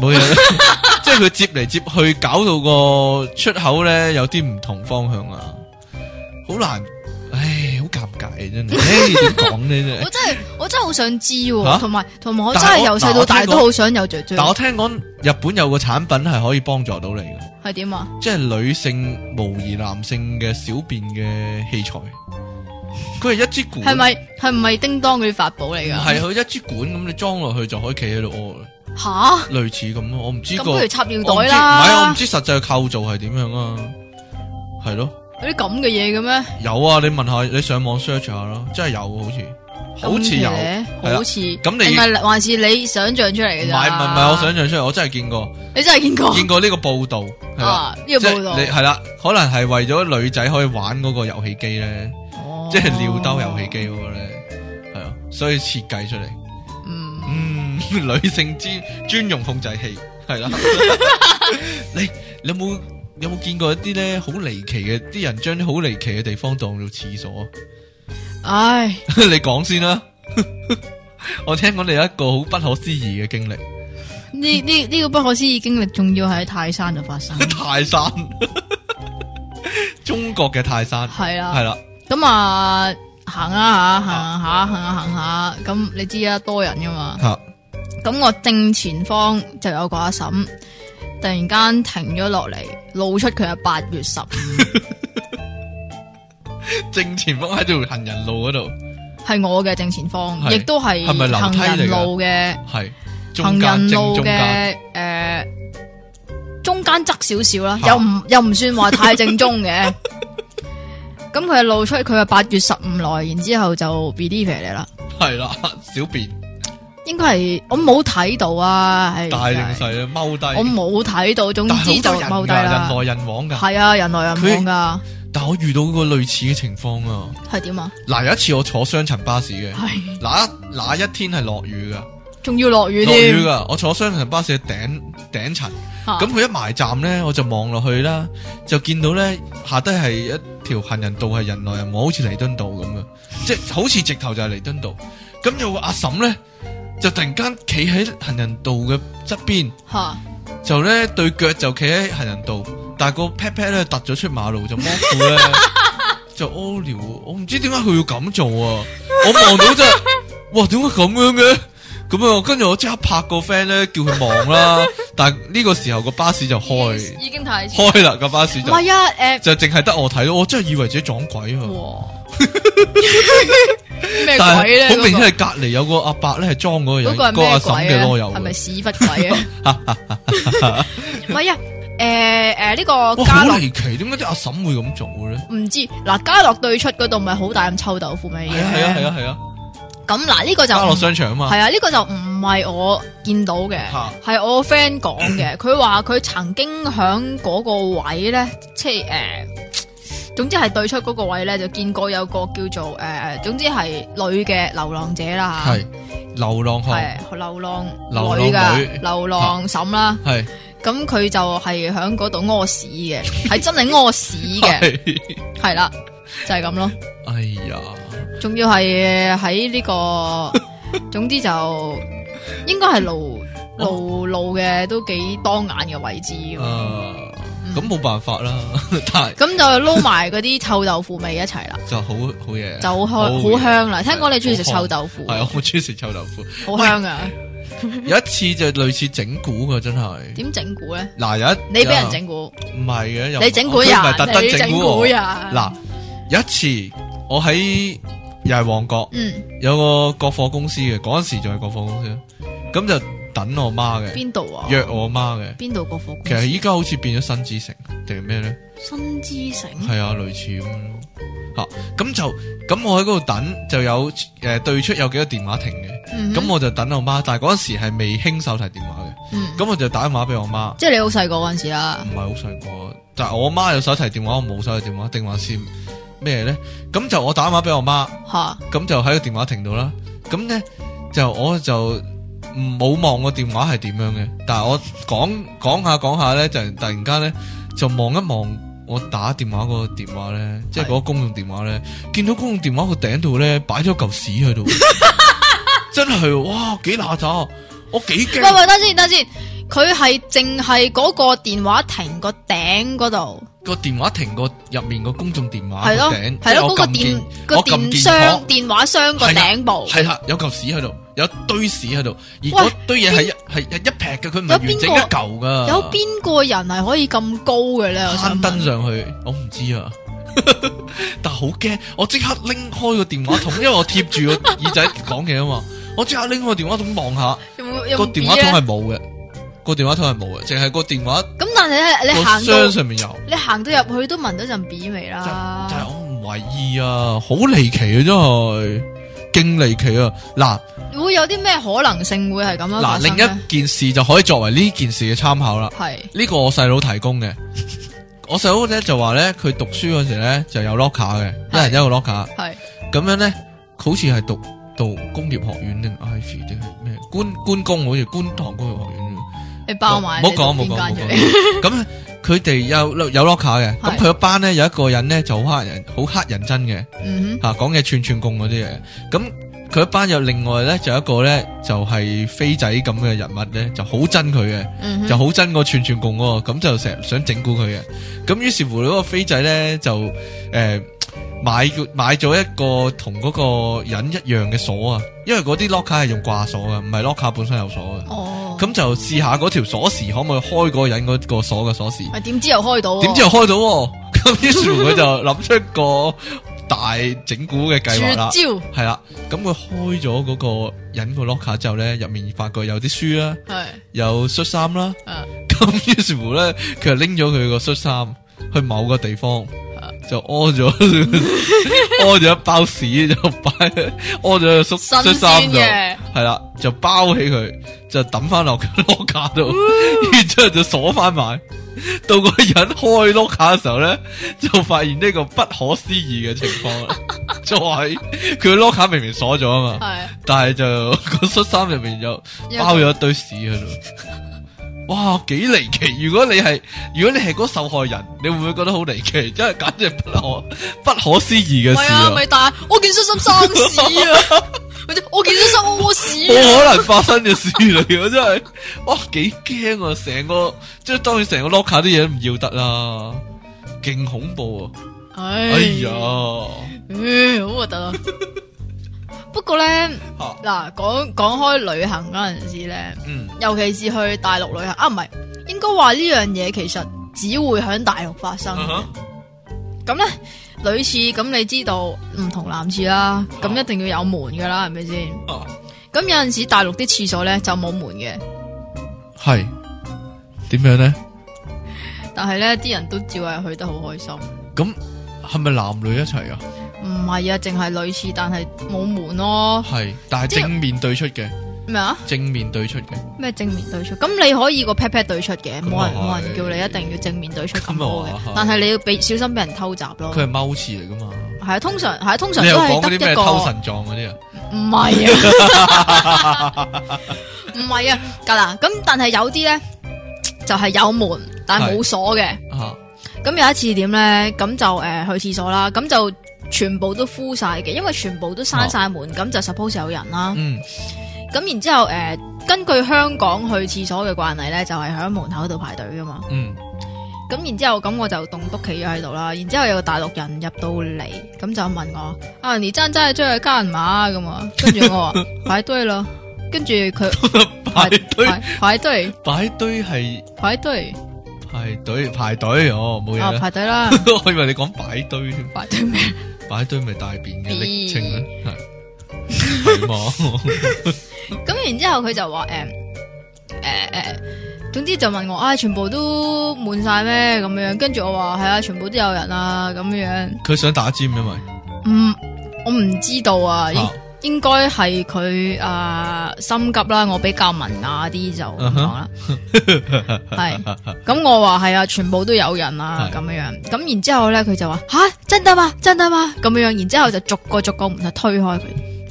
Speaker 2: 冇嘢啦， 即係佢接嚟接去，搞到個出口咧有啲唔同方向啊，好難，唉，好尷尬啊真 係，唉，點講呢真係
Speaker 1: 我真係我真係好想知
Speaker 2: 嚇
Speaker 1: 喎，同埋同埋我
Speaker 2: 但
Speaker 1: 真
Speaker 2: 係
Speaker 1: 係
Speaker 2: 我
Speaker 1: 由
Speaker 2: 嗱
Speaker 1: 細
Speaker 2: 我
Speaker 1: 到大
Speaker 2: 聽
Speaker 1: 都
Speaker 2: 過
Speaker 1: 好想有雀雀，
Speaker 2: 但我聽講日本有個產品係可以幫助到你嘅，
Speaker 1: 係點啊？
Speaker 2: 即係女性模擬男性嘅小便嘅器材。佢係一支管，
Speaker 1: 係咪啊係唔係叮當嗰啲法寶嚟
Speaker 2: 唔
Speaker 1: 㗎？
Speaker 2: 嗯係啊佢一支管咁，你裝落去就可以企喺度屙啦，
Speaker 1: 吓，
Speaker 2: 類似咁咯。我唔知
Speaker 1: 咁
Speaker 2: 個，
Speaker 1: 不
Speaker 2: 我
Speaker 1: 如
Speaker 2: 唔知
Speaker 1: 插尿
Speaker 2: 唔
Speaker 1: 袋
Speaker 2: 係啊我唔
Speaker 1: 啦。
Speaker 2: 知實際嘅構造係點樣啊。係咯，
Speaker 1: 有啲咁嘅嘢嘅咩？
Speaker 2: 有啊，你問下，你上網 search 下啦，真係有啊，好似，好似有，唔係啦
Speaker 1: 有好似
Speaker 2: 咁你
Speaker 1: 定係還是你想象出嚟
Speaker 2: 係唔
Speaker 1: 嘅
Speaker 2: 係
Speaker 1: 咋？
Speaker 2: 唔係，我想象出嚟，我真係見過，
Speaker 1: 你真係見過
Speaker 2: 見過呢個報道，係
Speaker 1: 哦
Speaker 2: 啦。
Speaker 1: 啊？呢個報道
Speaker 2: 即係你系啦，可能系为咗女仔可以玩嗰个游戏机咧，
Speaker 1: 哦
Speaker 2: 即系尿兜游戏机嗰个咧，系啊，所以设计出嚟，
Speaker 1: 嗯，
Speaker 2: 嗯， 女性专专用控制器系啦。你你有冇有冇见过一啲咧好离奇嘅，啲人将啲好离奇嘅地方当做厕所？
Speaker 1: 唉，
Speaker 2: 你讲先啦。 我听讲你有一个好不可思议嘅经历，
Speaker 1: 呢呢呢個不可思議經歷，仲要喺泰山度發生，
Speaker 2: 泰山，中国嘅泰山系
Speaker 1: 係啦。
Speaker 2: 啦，
Speaker 1: 咁啊，行啊行啊下，行啊行啊下，咁你知啊，多人噶嘛。
Speaker 2: 吓
Speaker 1: 咁我正前方就有個阿嬸，突然間停咗落嚟，露出佢係八月十
Speaker 2: 正前方喺條行人路嗰度。
Speaker 1: 系我嘅正前方，
Speaker 2: 係
Speaker 1: 亦都係
Speaker 2: 係咪樓
Speaker 1: 行
Speaker 2: 梯嚟㗎
Speaker 1: 人路嘅
Speaker 2: 系
Speaker 1: 行人路
Speaker 2: 中間
Speaker 1: 嘅诶，中間側少少啦，
Speaker 2: 嚇
Speaker 1: 又唔又唔算話太正宗嘅。咁咁佢就露出佢嘅八月十五來，然之後就 believe 嚟啦。
Speaker 2: 系啦，小便
Speaker 1: 應該係我冇睇到啊，係
Speaker 2: 大定
Speaker 1: 真係
Speaker 2: 細咧，踎低。
Speaker 1: 我冇睇到，總
Speaker 2: 但
Speaker 1: 之
Speaker 2: 係
Speaker 1: 就
Speaker 2: 好
Speaker 1: 踎
Speaker 2: 多人
Speaker 1: 低
Speaker 2: 噶，人
Speaker 1: 啦。
Speaker 2: 來人往噶。
Speaker 1: 係啊，人來人往噶，
Speaker 2: 但我遇到個類似嘅情況啊。
Speaker 1: 係點啊？
Speaker 2: 嗱，有一次我坐雙層巴士嘅，
Speaker 1: 係
Speaker 2: 嗱嗱一天係落雨噶，
Speaker 1: 仲要嗯落雨
Speaker 2: 落雨
Speaker 1: 添。啊
Speaker 2: 噶，我坐雙層巴士嘅頂頂層。
Speaker 1: 嚇
Speaker 2: 咁佢一埋站咧，我就望落去啦，就見到咧下低係一條行人道，係人來人往，好似彌敦道咁嘅，即係好似直頭就係彌敦道。咁有個阿嬸咧，就突然間企喺行人道嘅側邊，
Speaker 1: 嚇
Speaker 2: 就咧對腳就企喺行人道，但係個 pat pat 咧突咗出馬路就摸褲咧， 就屙尿。我唔知點解佢要咁做啊！我望 到真係，哇！點解咁樣嘅？咁啊，跟住我即刻拍個 friend 咧，叫佢望啦。但係呢個時候個巴士就開。
Speaker 1: 已經睇唔
Speaker 2: 开啦個巴士就
Speaker 1: 係啊，誒
Speaker 2: 就淨係得我睇到，我真係以為自己撞鬼啊！
Speaker 1: 哇咩
Speaker 2: 但
Speaker 1: 鬼
Speaker 2: 係
Speaker 1: 咧？
Speaker 2: 好明
Speaker 1: 嗰個
Speaker 2: 顯係隔離有個阿伯咧係裝嗰個
Speaker 1: 嗰
Speaker 2: 人，
Speaker 1: 個係
Speaker 2: 個阿
Speaker 1: 咩鬼
Speaker 2: 嬸嘅
Speaker 1: 啊？
Speaker 2: 啰柚
Speaker 1: 係咪
Speaker 2: 嘅，
Speaker 1: 屎忽鬼啊？ 唔係啊，誒誒呢個
Speaker 2: 哇
Speaker 1: 家
Speaker 2: 好
Speaker 1: 樂
Speaker 2: 離奇！點解啲阿嬸會咁做嘅咧？
Speaker 1: 唔知嗱家樂對出嗰度咪好大咁臭豆腐味嘅？
Speaker 2: 係啊係啊係啊係啊！
Speaker 1: 咁嗱呢個就
Speaker 2: 家樂
Speaker 1: 唔
Speaker 2: 商場啊嘛
Speaker 1: 系，啊，呢、個就唔係我見到嘅，
Speaker 2: 嚇
Speaker 1: 係我 friend 講嘅。佢話佢曾經響嗰個位咧，即係诶、誒總之係對出嗰個位咧，就見過有個叫做诶、誒總之係女嘅流浪者啦吓，
Speaker 2: 係流浪漢，
Speaker 1: 係流浪
Speaker 2: 流浪
Speaker 1: 女噶
Speaker 2: 女
Speaker 1: 流浪嬸啦。
Speaker 2: 係
Speaker 1: 咁佢就係響嗰度屙屎 嘅，係真係屙屎嘅，
Speaker 2: 係
Speaker 1: 係啦，就係咁咯。
Speaker 2: 哎呀，
Speaker 1: 仲要係喺呢 個，總之就應該係路路路嘅都幾當眼嘅位置，
Speaker 2: 啊咁
Speaker 1: 嗯
Speaker 2: 冇辦法啦， 但係
Speaker 1: 咁就撈埋嗰啲臭豆腐味一齊 啦，
Speaker 2: 就好好嘢，
Speaker 1: 就好香
Speaker 2: 嘢
Speaker 1: 好香啦。聽講你中意食
Speaker 2: 好
Speaker 1: 臭
Speaker 2: 香
Speaker 1: 豆腐，
Speaker 2: 係我啊好中意食臭豆腐，
Speaker 1: 好香啊！
Speaker 2: 有一次就類似整蠱噶，真係
Speaker 1: 點整蠱咧？
Speaker 2: 嗱有一
Speaker 1: 你俾人整蠱，
Speaker 2: 唔係嘅，又
Speaker 1: 你整
Speaker 2: 佢
Speaker 1: 蠱
Speaker 2: 唔係特
Speaker 1: 人，
Speaker 2: 登
Speaker 1: 你整
Speaker 2: 整蠱我
Speaker 1: 蠱。人。
Speaker 2: 嗱，有一次我喺又係旺角，
Speaker 1: 嗯，
Speaker 2: 有個國貨公司嘅，嗰陣時就係國貨公司，咁就等我媽嘅，
Speaker 1: 邊度啊？
Speaker 2: 約我媽嘅。
Speaker 1: 邊度個火公
Speaker 2: 其實
Speaker 1: 司？
Speaker 2: 依家好似變咗新之城定係咩咧？
Speaker 1: 新之城
Speaker 2: 係啊，類似咁樣咯。吓、咁就咁我喺嗰度等，就有诶、呃、对出有幾個電話亭嘅，
Speaker 1: 嗯
Speaker 2: 咁、
Speaker 1: 哼
Speaker 2: 我就等我媽，但係嗰阵时系未興手提電話嘅，
Speaker 1: 嗯
Speaker 2: 咁我就打電話俾我媽。
Speaker 1: 即係你好細個嗰陣時啦
Speaker 2: 唔。係好細個，但係我媽有手提電話，我冇手提電話，定還是咩咧？咁就我打電話俾我媽，
Speaker 1: 吓
Speaker 2: 咁就喺個電話亭度啦。咁咧就我就唔冇望個電話係點樣嘅，但係我講講下講下咧，就突然間咧就望一望我打電話個電話咧，即係嗰個公用電話咧，見到公用電話個頂度咧擺咗嚿屎 喺度，真係哇幾乸渣，我幾
Speaker 1: 喂
Speaker 2: 驚，
Speaker 1: 喂，等先等先，佢係淨係嗰個電話亭個頂嗰度，
Speaker 2: 個電話亭個入面個公眾電話
Speaker 1: 係
Speaker 2: 啊個
Speaker 1: 咯
Speaker 2: 頂，
Speaker 1: 係
Speaker 2: 即係
Speaker 1: 咯，
Speaker 2: 我
Speaker 1: 嗰個
Speaker 2: 撳鍵
Speaker 1: 電個
Speaker 2: 我撳
Speaker 1: 電
Speaker 2: 鍵
Speaker 1: 箱
Speaker 2: 殼
Speaker 1: 電話箱個
Speaker 2: 係啦
Speaker 1: 頂部，
Speaker 2: 系啦，有嚿屎喺度，有堆屎喺度，而
Speaker 1: 喂
Speaker 2: 嗰堆嘢係一系一劈嘅，佢唔
Speaker 1: 有
Speaker 2: 係完
Speaker 1: 邊
Speaker 2: 整一嚿噶。
Speaker 1: 有邊個人係可以咁高嘅咧？我想
Speaker 2: 攀登
Speaker 1: 問，
Speaker 2: 上去？我唔知啊， 但好驚，我即刻拎開個電話筒， 因為我貼住個耳仔講嘢啊嘛，我即刻拎開個電話筒望下，
Speaker 1: 有冇有
Speaker 2: 個
Speaker 1: 冇
Speaker 2: 電
Speaker 1: 比
Speaker 2: 話筒
Speaker 1: 咧？
Speaker 2: 係冇嘅，個電話筒係冇嘅，淨係個電話
Speaker 1: 咁但係咧，你
Speaker 2: 個
Speaker 1: 行
Speaker 2: 箱
Speaker 1: 到
Speaker 2: 上面有，
Speaker 1: 你行到入去都聞到陣 B 味
Speaker 2: 就就係
Speaker 1: 啦，
Speaker 2: 我唔為意啊，好離奇啊，真係勁離奇啊！嗱。
Speaker 1: 會有啲咩可能性會係咁樣
Speaker 2: 嗱，
Speaker 1: 發
Speaker 2: 另
Speaker 1: 生啊呢
Speaker 2: 一件事就可以作為呢件事嘅參考啦。
Speaker 1: 係
Speaker 2: 呢個我細佬提供嘅，我細佬咧就話咧，佢讀書嗰時咧就有 locker 嘅，一人一個 locker，
Speaker 1: 係
Speaker 2: 咁樣咧好似係讀讀工業學院定 Ivy 定係咩官官工，好似觀塘工業學院。
Speaker 1: 你包埋，
Speaker 2: 唔好講，
Speaker 1: 你
Speaker 2: 唔
Speaker 1: 讀
Speaker 2: 好
Speaker 1: 邊
Speaker 2: 講，唔
Speaker 1: 間
Speaker 2: 好
Speaker 1: 出嚟？
Speaker 2: 講。 咁佢哋有有 locker 嘅，咁
Speaker 1: 係
Speaker 2: 佢個班咧有一個人咧就好黑人，好黑人憎嘅。
Speaker 1: 嗯
Speaker 2: 吓講嘅串串共嗰啲嘢，咁佢一班有另外咧就有一個咧就係飛仔咁嘅人物咧就好憎佢嘅，
Speaker 1: 哼嗯
Speaker 2: 就
Speaker 1: 哼
Speaker 2: 好憎個串串共嗰個，咁就成日想整蠱佢嘅，咁於是乎嗰個飛仔咧就诶、呃、买买咗一個同嗰個人一樣嘅鎖啊，因為嗰啲 locker 係用掛鎖嘅，唔係 locker 本身有鎖嘅，
Speaker 1: 哦，
Speaker 2: 咁就試下嗰條鎖匙可唔可以開嗰個人嗰個鎖嘅鎖匙。
Speaker 1: 啊點知又開到喎？
Speaker 2: 点知又開到喎，咁於是乎佢就諗出一個大整蠱嘅計劃啦，
Speaker 1: 絕
Speaker 2: 係啦，咁佢開咗嗰個人個 locker 之後咧，入面發覺有啲書啦，
Speaker 1: 招係
Speaker 2: 有恤衫啦，
Speaker 1: 啊
Speaker 2: 咁於是乎咧，佢就拎咗佢個恤衫去某個地方
Speaker 1: 啊，
Speaker 2: 就屙咗 屙咗一包屎，就擺屙咗喺恤恤衫
Speaker 1: 新
Speaker 2: 度，
Speaker 1: 鮮嘅
Speaker 2: 係啦，就包起佢，就抌翻落 locker 度，然之後就鎖翻埋。到個人開 locker 嘅時候咧，就發現呢個不可思議嘅情況 啦，就係佢 locker 明明鎖咗啊嘛。
Speaker 1: 系
Speaker 2: 但係就個恤衫入面就包咗一堆屎喺度。 哇，幾離奇！如果你係如果你係嗰受害人，你會唔會覺得好離奇？真係簡直不可 不可思議
Speaker 1: 系
Speaker 2: 嘅事
Speaker 1: 啊，
Speaker 2: 啊！
Speaker 1: 咪但系我件恤衫生 屎啊，或者我件恤衫屙屎啊，
Speaker 2: 冇可能發生嘅事嚟嘅， 真係哇幾驚啊！成個即係當然成個 locker 啲嘢都唔要得啦，勁恐怖啊！
Speaker 1: 唉
Speaker 2: 哎呀，
Speaker 1: 唉好核突啊！不过咧，
Speaker 2: 嚇
Speaker 1: 嗱讲讲开旅行嗰阵时咧，
Speaker 2: 嗯
Speaker 1: 尤其是去大陸旅行啊，唔係應該話呢樣嘢其實只會喺大陸發生
Speaker 2: 啊。哈
Speaker 1: 咁咧、女廁咁你知道唔同男廁啦，咁一定要有門噶啦，係咪先？
Speaker 2: 啊
Speaker 1: 咁有陣時大陸啲廁所咧就冇門嘅，
Speaker 2: 係點樣咧？
Speaker 1: 但係咧啲人都照係去得好開心。
Speaker 2: 咁係咪男女一齊啊？
Speaker 1: 唔係啊，淨係女廁，但係冇門咯。
Speaker 2: 係，但
Speaker 1: 即係
Speaker 2: 係正面對出嘅。
Speaker 1: 咩啊？
Speaker 2: 正面對出嘅，
Speaker 1: 咩正面對出？咁你可以個 pat pat 對出嘅，
Speaker 2: 咁
Speaker 1: 冇人
Speaker 2: 又
Speaker 1: 冇人
Speaker 2: 係
Speaker 1: 叫你一定要正面對出咁
Speaker 2: 咁又啊
Speaker 1: 多嘅
Speaker 2: 係，
Speaker 1: 但係你要俾小心俾人偷襲咯。
Speaker 2: 佢係踎廁嚟噶嘛？
Speaker 1: 係啊，通常係啊通常
Speaker 2: 你又
Speaker 1: 都
Speaker 2: 講嗰
Speaker 1: 係
Speaker 2: 啲
Speaker 1: 得
Speaker 2: 咩
Speaker 1: 一個。
Speaker 2: 偷神狀嗰啲啊？
Speaker 1: 唔系啊， 唔系啊，噶啦。咁但系有啲咧就系、有门，但系冇锁嘅。
Speaker 2: 嚇
Speaker 1: 咁有一次点咧？咁就诶、呃去厕所啦，咁就全部都敷晒嘅，因为全部都
Speaker 2: 哦
Speaker 1: 闩晒门，咁、就 suppose 有人啦。
Speaker 2: 嗯
Speaker 1: 咁然之后诶、呃根据香港去厕所嘅惯例咧，就系、喺门口度排队噶嘛。
Speaker 2: 嗯
Speaker 1: 咁然之後咁我就棟篤企咗喺度啦，然之後有個大陸人入到嚟，咁就問我：啊，你真真係追去加人馬咁啊？跟住我話排隊咯，跟住佢
Speaker 2: 排隊
Speaker 1: 排排隊
Speaker 2: 擺堆係
Speaker 1: 排隊
Speaker 2: 排隊排隊哦，冇
Speaker 1: 啊
Speaker 2: 嘢啦。
Speaker 1: 排隊啦，
Speaker 2: 我以為你講擺堆添，
Speaker 1: 排隊咩？
Speaker 2: 擺堆咪大便嘅
Speaker 1: 咦
Speaker 2: 昵稱啦，係係嘛？
Speaker 1: 咁然之後佢就話誒誒誒，總之就問我啊，全部都滿晒咩咁樣？跟住我話係啊，全部都有人啊咁樣。
Speaker 2: 佢想打尖因為
Speaker 1: 嗯，我唔知道啊，應
Speaker 2: 啊
Speaker 1: 應該係佢啊心急啦，我比較文雅啲就
Speaker 2: Uh-huh
Speaker 1: 咁講啦。係咁我話係啊，全部都有人啊
Speaker 2: 係
Speaker 1: 咁樣樣。咁然之後咧，佢就話吓真得嘛，真得嘛咁樣樣。然之後就逐個逐個唔使推開佢，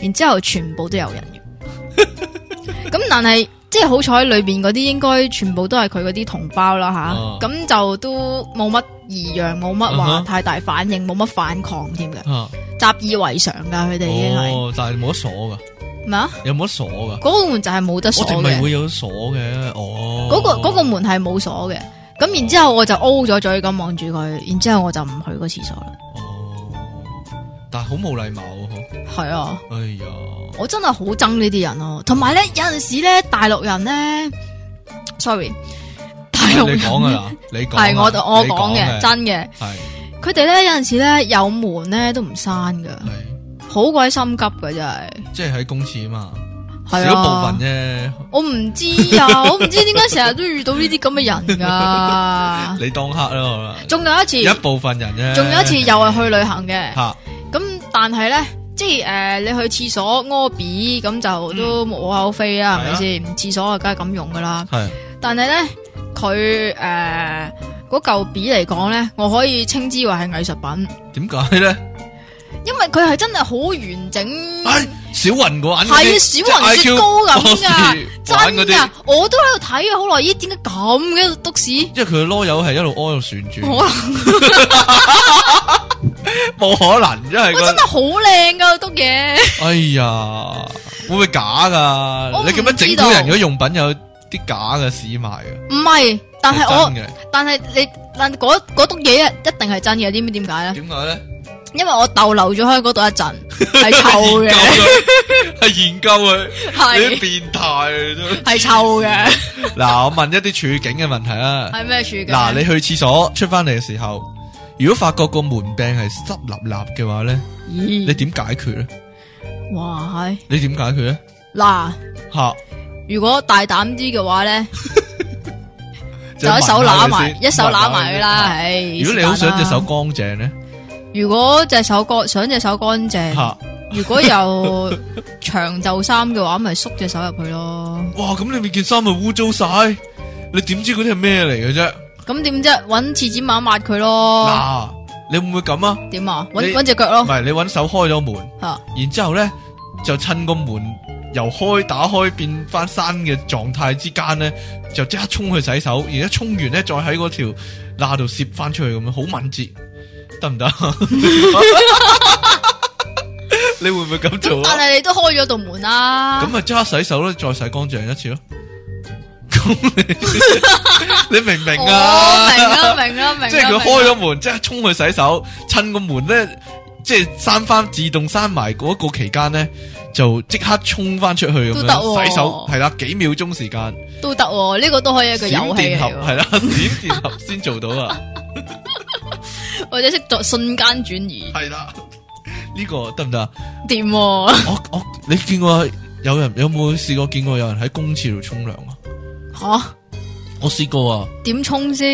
Speaker 1: 然之後全部都有人 嘅。咁但係即係好彩裏邊嗰啲應該全部都係佢嗰啲同胞啦
Speaker 2: 啊
Speaker 1: 吓，咁、就都冇乜異樣，冇乜
Speaker 2: 啊
Speaker 1: 話
Speaker 2: 哈
Speaker 1: 太大反應，冇乜反抗添嘅。
Speaker 2: 啊
Speaker 1: 習以為常噶，佢哋已經係
Speaker 2: 哦，但係冇得鎖噶，
Speaker 1: 咩啊？
Speaker 2: 有冇得鎖噶？
Speaker 1: 嗰、個門就係冇得
Speaker 2: 我
Speaker 1: 鎖
Speaker 2: 哋咪
Speaker 1: 嘅，
Speaker 2: 會有得鎖嘅，哦。
Speaker 1: 嗰、個嗰、個門係冇鎖嘅。咁然之後我就 O 咗嘴咁望住佢，然之後我就唔去個廁所啦。
Speaker 2: 哦，但係好冇禮貌喎，
Speaker 1: 係啊，
Speaker 2: 哎呀。
Speaker 1: 我真係好憎呢啲人咯。同埋咧，有陣時咧，大陸人咧，sorry，大陸
Speaker 2: 你
Speaker 1: 人
Speaker 2: 講噶啦，你講
Speaker 1: 啊係我我講嘅，
Speaker 2: 真
Speaker 1: 真嘅。
Speaker 2: 係
Speaker 1: 佢哋咧有陣時咧有門咧都唔閂噶，
Speaker 2: 係
Speaker 1: 好鬼心急噶真係。
Speaker 2: 即係喺公廁啊嘛，
Speaker 1: 係啊
Speaker 2: 少一部分啫。。
Speaker 1: 我唔知啊，我唔知點解成日都遇到呢啲咁嘅人噶
Speaker 2: 你當黑 啦，
Speaker 1: 仲有一次，
Speaker 2: 一部分人啫。
Speaker 1: 仲有一次又係去旅行嘅，
Speaker 2: 吓，
Speaker 1: 咁但係咧，即係诶、呃你去廁所屙 B 咁就都無可厚非啦，係
Speaker 2: 嗯係
Speaker 1: 咪
Speaker 2: 啊
Speaker 1: 先？廁所啊，梗係咁用噶啦。
Speaker 2: 係
Speaker 1: 但係咧，佢诶嗰嚿 B 嚟講咧，我可以稱之為係藝術品，
Speaker 2: 點解咧？
Speaker 1: 因為佢係真係好完整，
Speaker 2: 唉，小云個眼
Speaker 1: 係啊小雲雪糕咁㗎，
Speaker 2: 玩
Speaker 1: 真
Speaker 2: 嗰啲
Speaker 1: 噶，，我都喺度睇咗好耐，咦？點解咁嘅督屎？
Speaker 2: 因為佢嘅啰柚係一路屙一路旋
Speaker 1: 可
Speaker 2: 轉，
Speaker 1: 能
Speaker 2: 冇可能，因為
Speaker 1: 佢真
Speaker 2: 個
Speaker 1: 係好靚噶督嘢，
Speaker 2: 哎呀，會唔會假噶
Speaker 1: 我？
Speaker 2: 你咁樣
Speaker 1: 唔
Speaker 2: 整
Speaker 1: 知
Speaker 2: 到
Speaker 1: 道
Speaker 2: 人嗰啲用品有啲假嘅屎埋嘅，
Speaker 1: 唔係，但係我。
Speaker 2: 真嘅
Speaker 1: 但系你但嗰嗰篤嘢一一定係真嘅，知唔知點解咧？
Speaker 2: 點解咧？
Speaker 1: 因為我逗留咗喺嗰度一陣， 係臭嘅，
Speaker 2: 嘅，系研究佢，你啲
Speaker 1: 係
Speaker 2: 变态啊真係
Speaker 1: 係臭嘅，
Speaker 2: 嗱，我問一啲處境嘅問題啊。
Speaker 1: 係咩處嘅？
Speaker 2: 嗱，你去廁所出翻嚟嘅時候，如果發覺個門柄係濕立立嘅話咧，
Speaker 1: 你
Speaker 2: 你點解決咧？
Speaker 1: 哇係
Speaker 2: 你點解決咧？
Speaker 1: 嗱，
Speaker 2: 吓，
Speaker 1: 如果大膽啲嘅話咧，就
Speaker 2: 係
Speaker 1: 一手
Speaker 2: 聞下
Speaker 1: 揦
Speaker 2: 佢
Speaker 1: 埋，
Speaker 2: 先
Speaker 1: 一手揦埋佢啦，
Speaker 2: 聞下
Speaker 1: 唉！
Speaker 2: 佢先如果你好想隻手乾淨咧，
Speaker 1: 如果隻手乾想隻手乾
Speaker 2: 吓、
Speaker 1: 淨，如果有長袖衫嘅話，咪縮隻手入去咯。
Speaker 2: 哇！咁你咪件衫咪污糟晒，你點知嗰啲係咩嚟嘅啫？
Speaker 1: 咁點啫？搵廁紙抹一抹佢咯。
Speaker 2: 嗱，你會唔會咁啊？
Speaker 1: 點啊？搵
Speaker 2: 你
Speaker 1: 搵只腳
Speaker 2: 唔
Speaker 1: 咯。
Speaker 2: 係你揾手開咗門，
Speaker 1: 吓，
Speaker 2: 然之后咧就趁個門由開打開變翻閂嘅狀態之間咧，就即刻衝去洗手，而家衝完咧再喺嗰條罅度攝翻出去咁樣，好敏捷，得 唔得？你會唔會咁做
Speaker 1: 但
Speaker 2: 啊？
Speaker 1: 係你都開咗道門啦。
Speaker 2: 咁咪即刻洗手咯，再洗乾淨一次咯。咁你 你明唔明
Speaker 1: 哦
Speaker 2: 啊？
Speaker 1: 明啦，明啦，明啦。
Speaker 2: 即係佢
Speaker 1: 明啦
Speaker 2: 開咗門，即刻衝去洗手，趁個門咧，即係閂翻自動閂埋嗰個期間咧，就即刻衝翻出去咁
Speaker 1: 都得
Speaker 2: 樣
Speaker 1: 喎
Speaker 2: 洗手，係啦，幾秒鐘時間，
Speaker 1: 都得喎，呢個都可以一個
Speaker 2: 閃
Speaker 1: 遊戲
Speaker 2: 電
Speaker 1: 嚟
Speaker 2: 俠
Speaker 1: 喎，
Speaker 2: 係啦， 閃電俠先做到 啊，
Speaker 1: 或者識作瞬間轉 移，
Speaker 2: 係啦，呢個得唔得啊？
Speaker 1: 掂喎
Speaker 2: 我我你見過有人有冇試過見過有人喺公廁度沖涼啊？
Speaker 1: 吓？
Speaker 2: 我試過啊，
Speaker 1: 點沖先？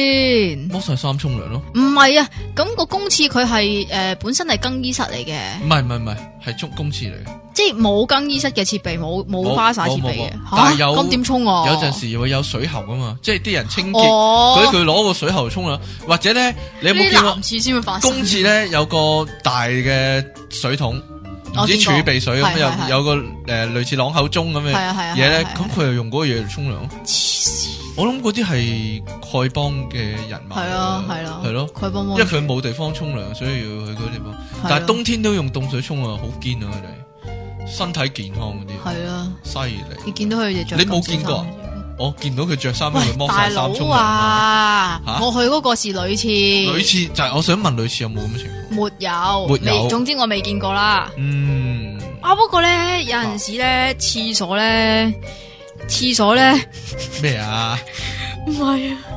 Speaker 2: 剝晒衫沖涼咯，
Speaker 1: 唔係啊，咁個公廁佢係诶本身係更衣室嚟嘅，
Speaker 2: 唔係唔係唔係，係沖公廁嚟嘅。
Speaker 1: 即係冇更衣室嘅設備，冇冇
Speaker 2: 冇
Speaker 1: 花灑設備
Speaker 2: 冇冇
Speaker 1: 嘅
Speaker 2: 冇但係
Speaker 1: 吓，
Speaker 2: 有
Speaker 1: 咁點沖啊？
Speaker 2: 有陣時會有水喉噶嘛，即係啲人清潔。佢
Speaker 1: 哦，
Speaker 2: 佢攞個水喉沖涼，或者咧，你有
Speaker 1: 呢
Speaker 2: 冇
Speaker 1: 啲
Speaker 2: 見過
Speaker 1: 男廁先會發生
Speaker 2: 公廁咧有個大嘅水桶，唔
Speaker 1: 我
Speaker 2: 知
Speaker 1: 見過
Speaker 2: 儲備水
Speaker 1: 係
Speaker 2: 咁
Speaker 1: 係係
Speaker 2: 有有個诶类似朗口鐘咁
Speaker 1: 係
Speaker 2: 嘅
Speaker 1: 啊係啊
Speaker 2: 嘢咧
Speaker 1: 係啊，係
Speaker 2: 咁
Speaker 1: 啊
Speaker 2: 佢又用嗰個嘢嚟沖涼。
Speaker 1: 黐線，
Speaker 2: 我諗嗰啲係丐幫嘅人物嚟㗎，
Speaker 1: 係啊係啦，
Speaker 2: 係咯，
Speaker 1: 佢幫
Speaker 2: 因為佢冇地方沖涼，所以要去嗰地方。但係冬天都用凍水沖啊，好堅啊佢哋，身體健康嗰啲，
Speaker 1: 係啊，
Speaker 2: 犀利。
Speaker 1: 你見到佢哋着
Speaker 2: 你冇
Speaker 1: 咁少
Speaker 2: 見過啊
Speaker 1: 衫嘅
Speaker 2: 我見到佢着衫，佢
Speaker 1: 喂，
Speaker 2: 剝
Speaker 1: 大
Speaker 2: 晒衫
Speaker 1: 佬
Speaker 2: 沖涼啊。
Speaker 1: 啊
Speaker 2: 嚇！
Speaker 1: 我去嗰個是女廁，
Speaker 2: 女廁就係我想問女廁有冇咁嘅情況？
Speaker 1: 沒有，
Speaker 2: 沒有
Speaker 1: 未總之我未見過啦。
Speaker 2: 嗯，
Speaker 1: 啊，不過咧，有陣時咧，廁所咧，廁所咧，
Speaker 2: 咩啊？
Speaker 1: 唔係啊，啊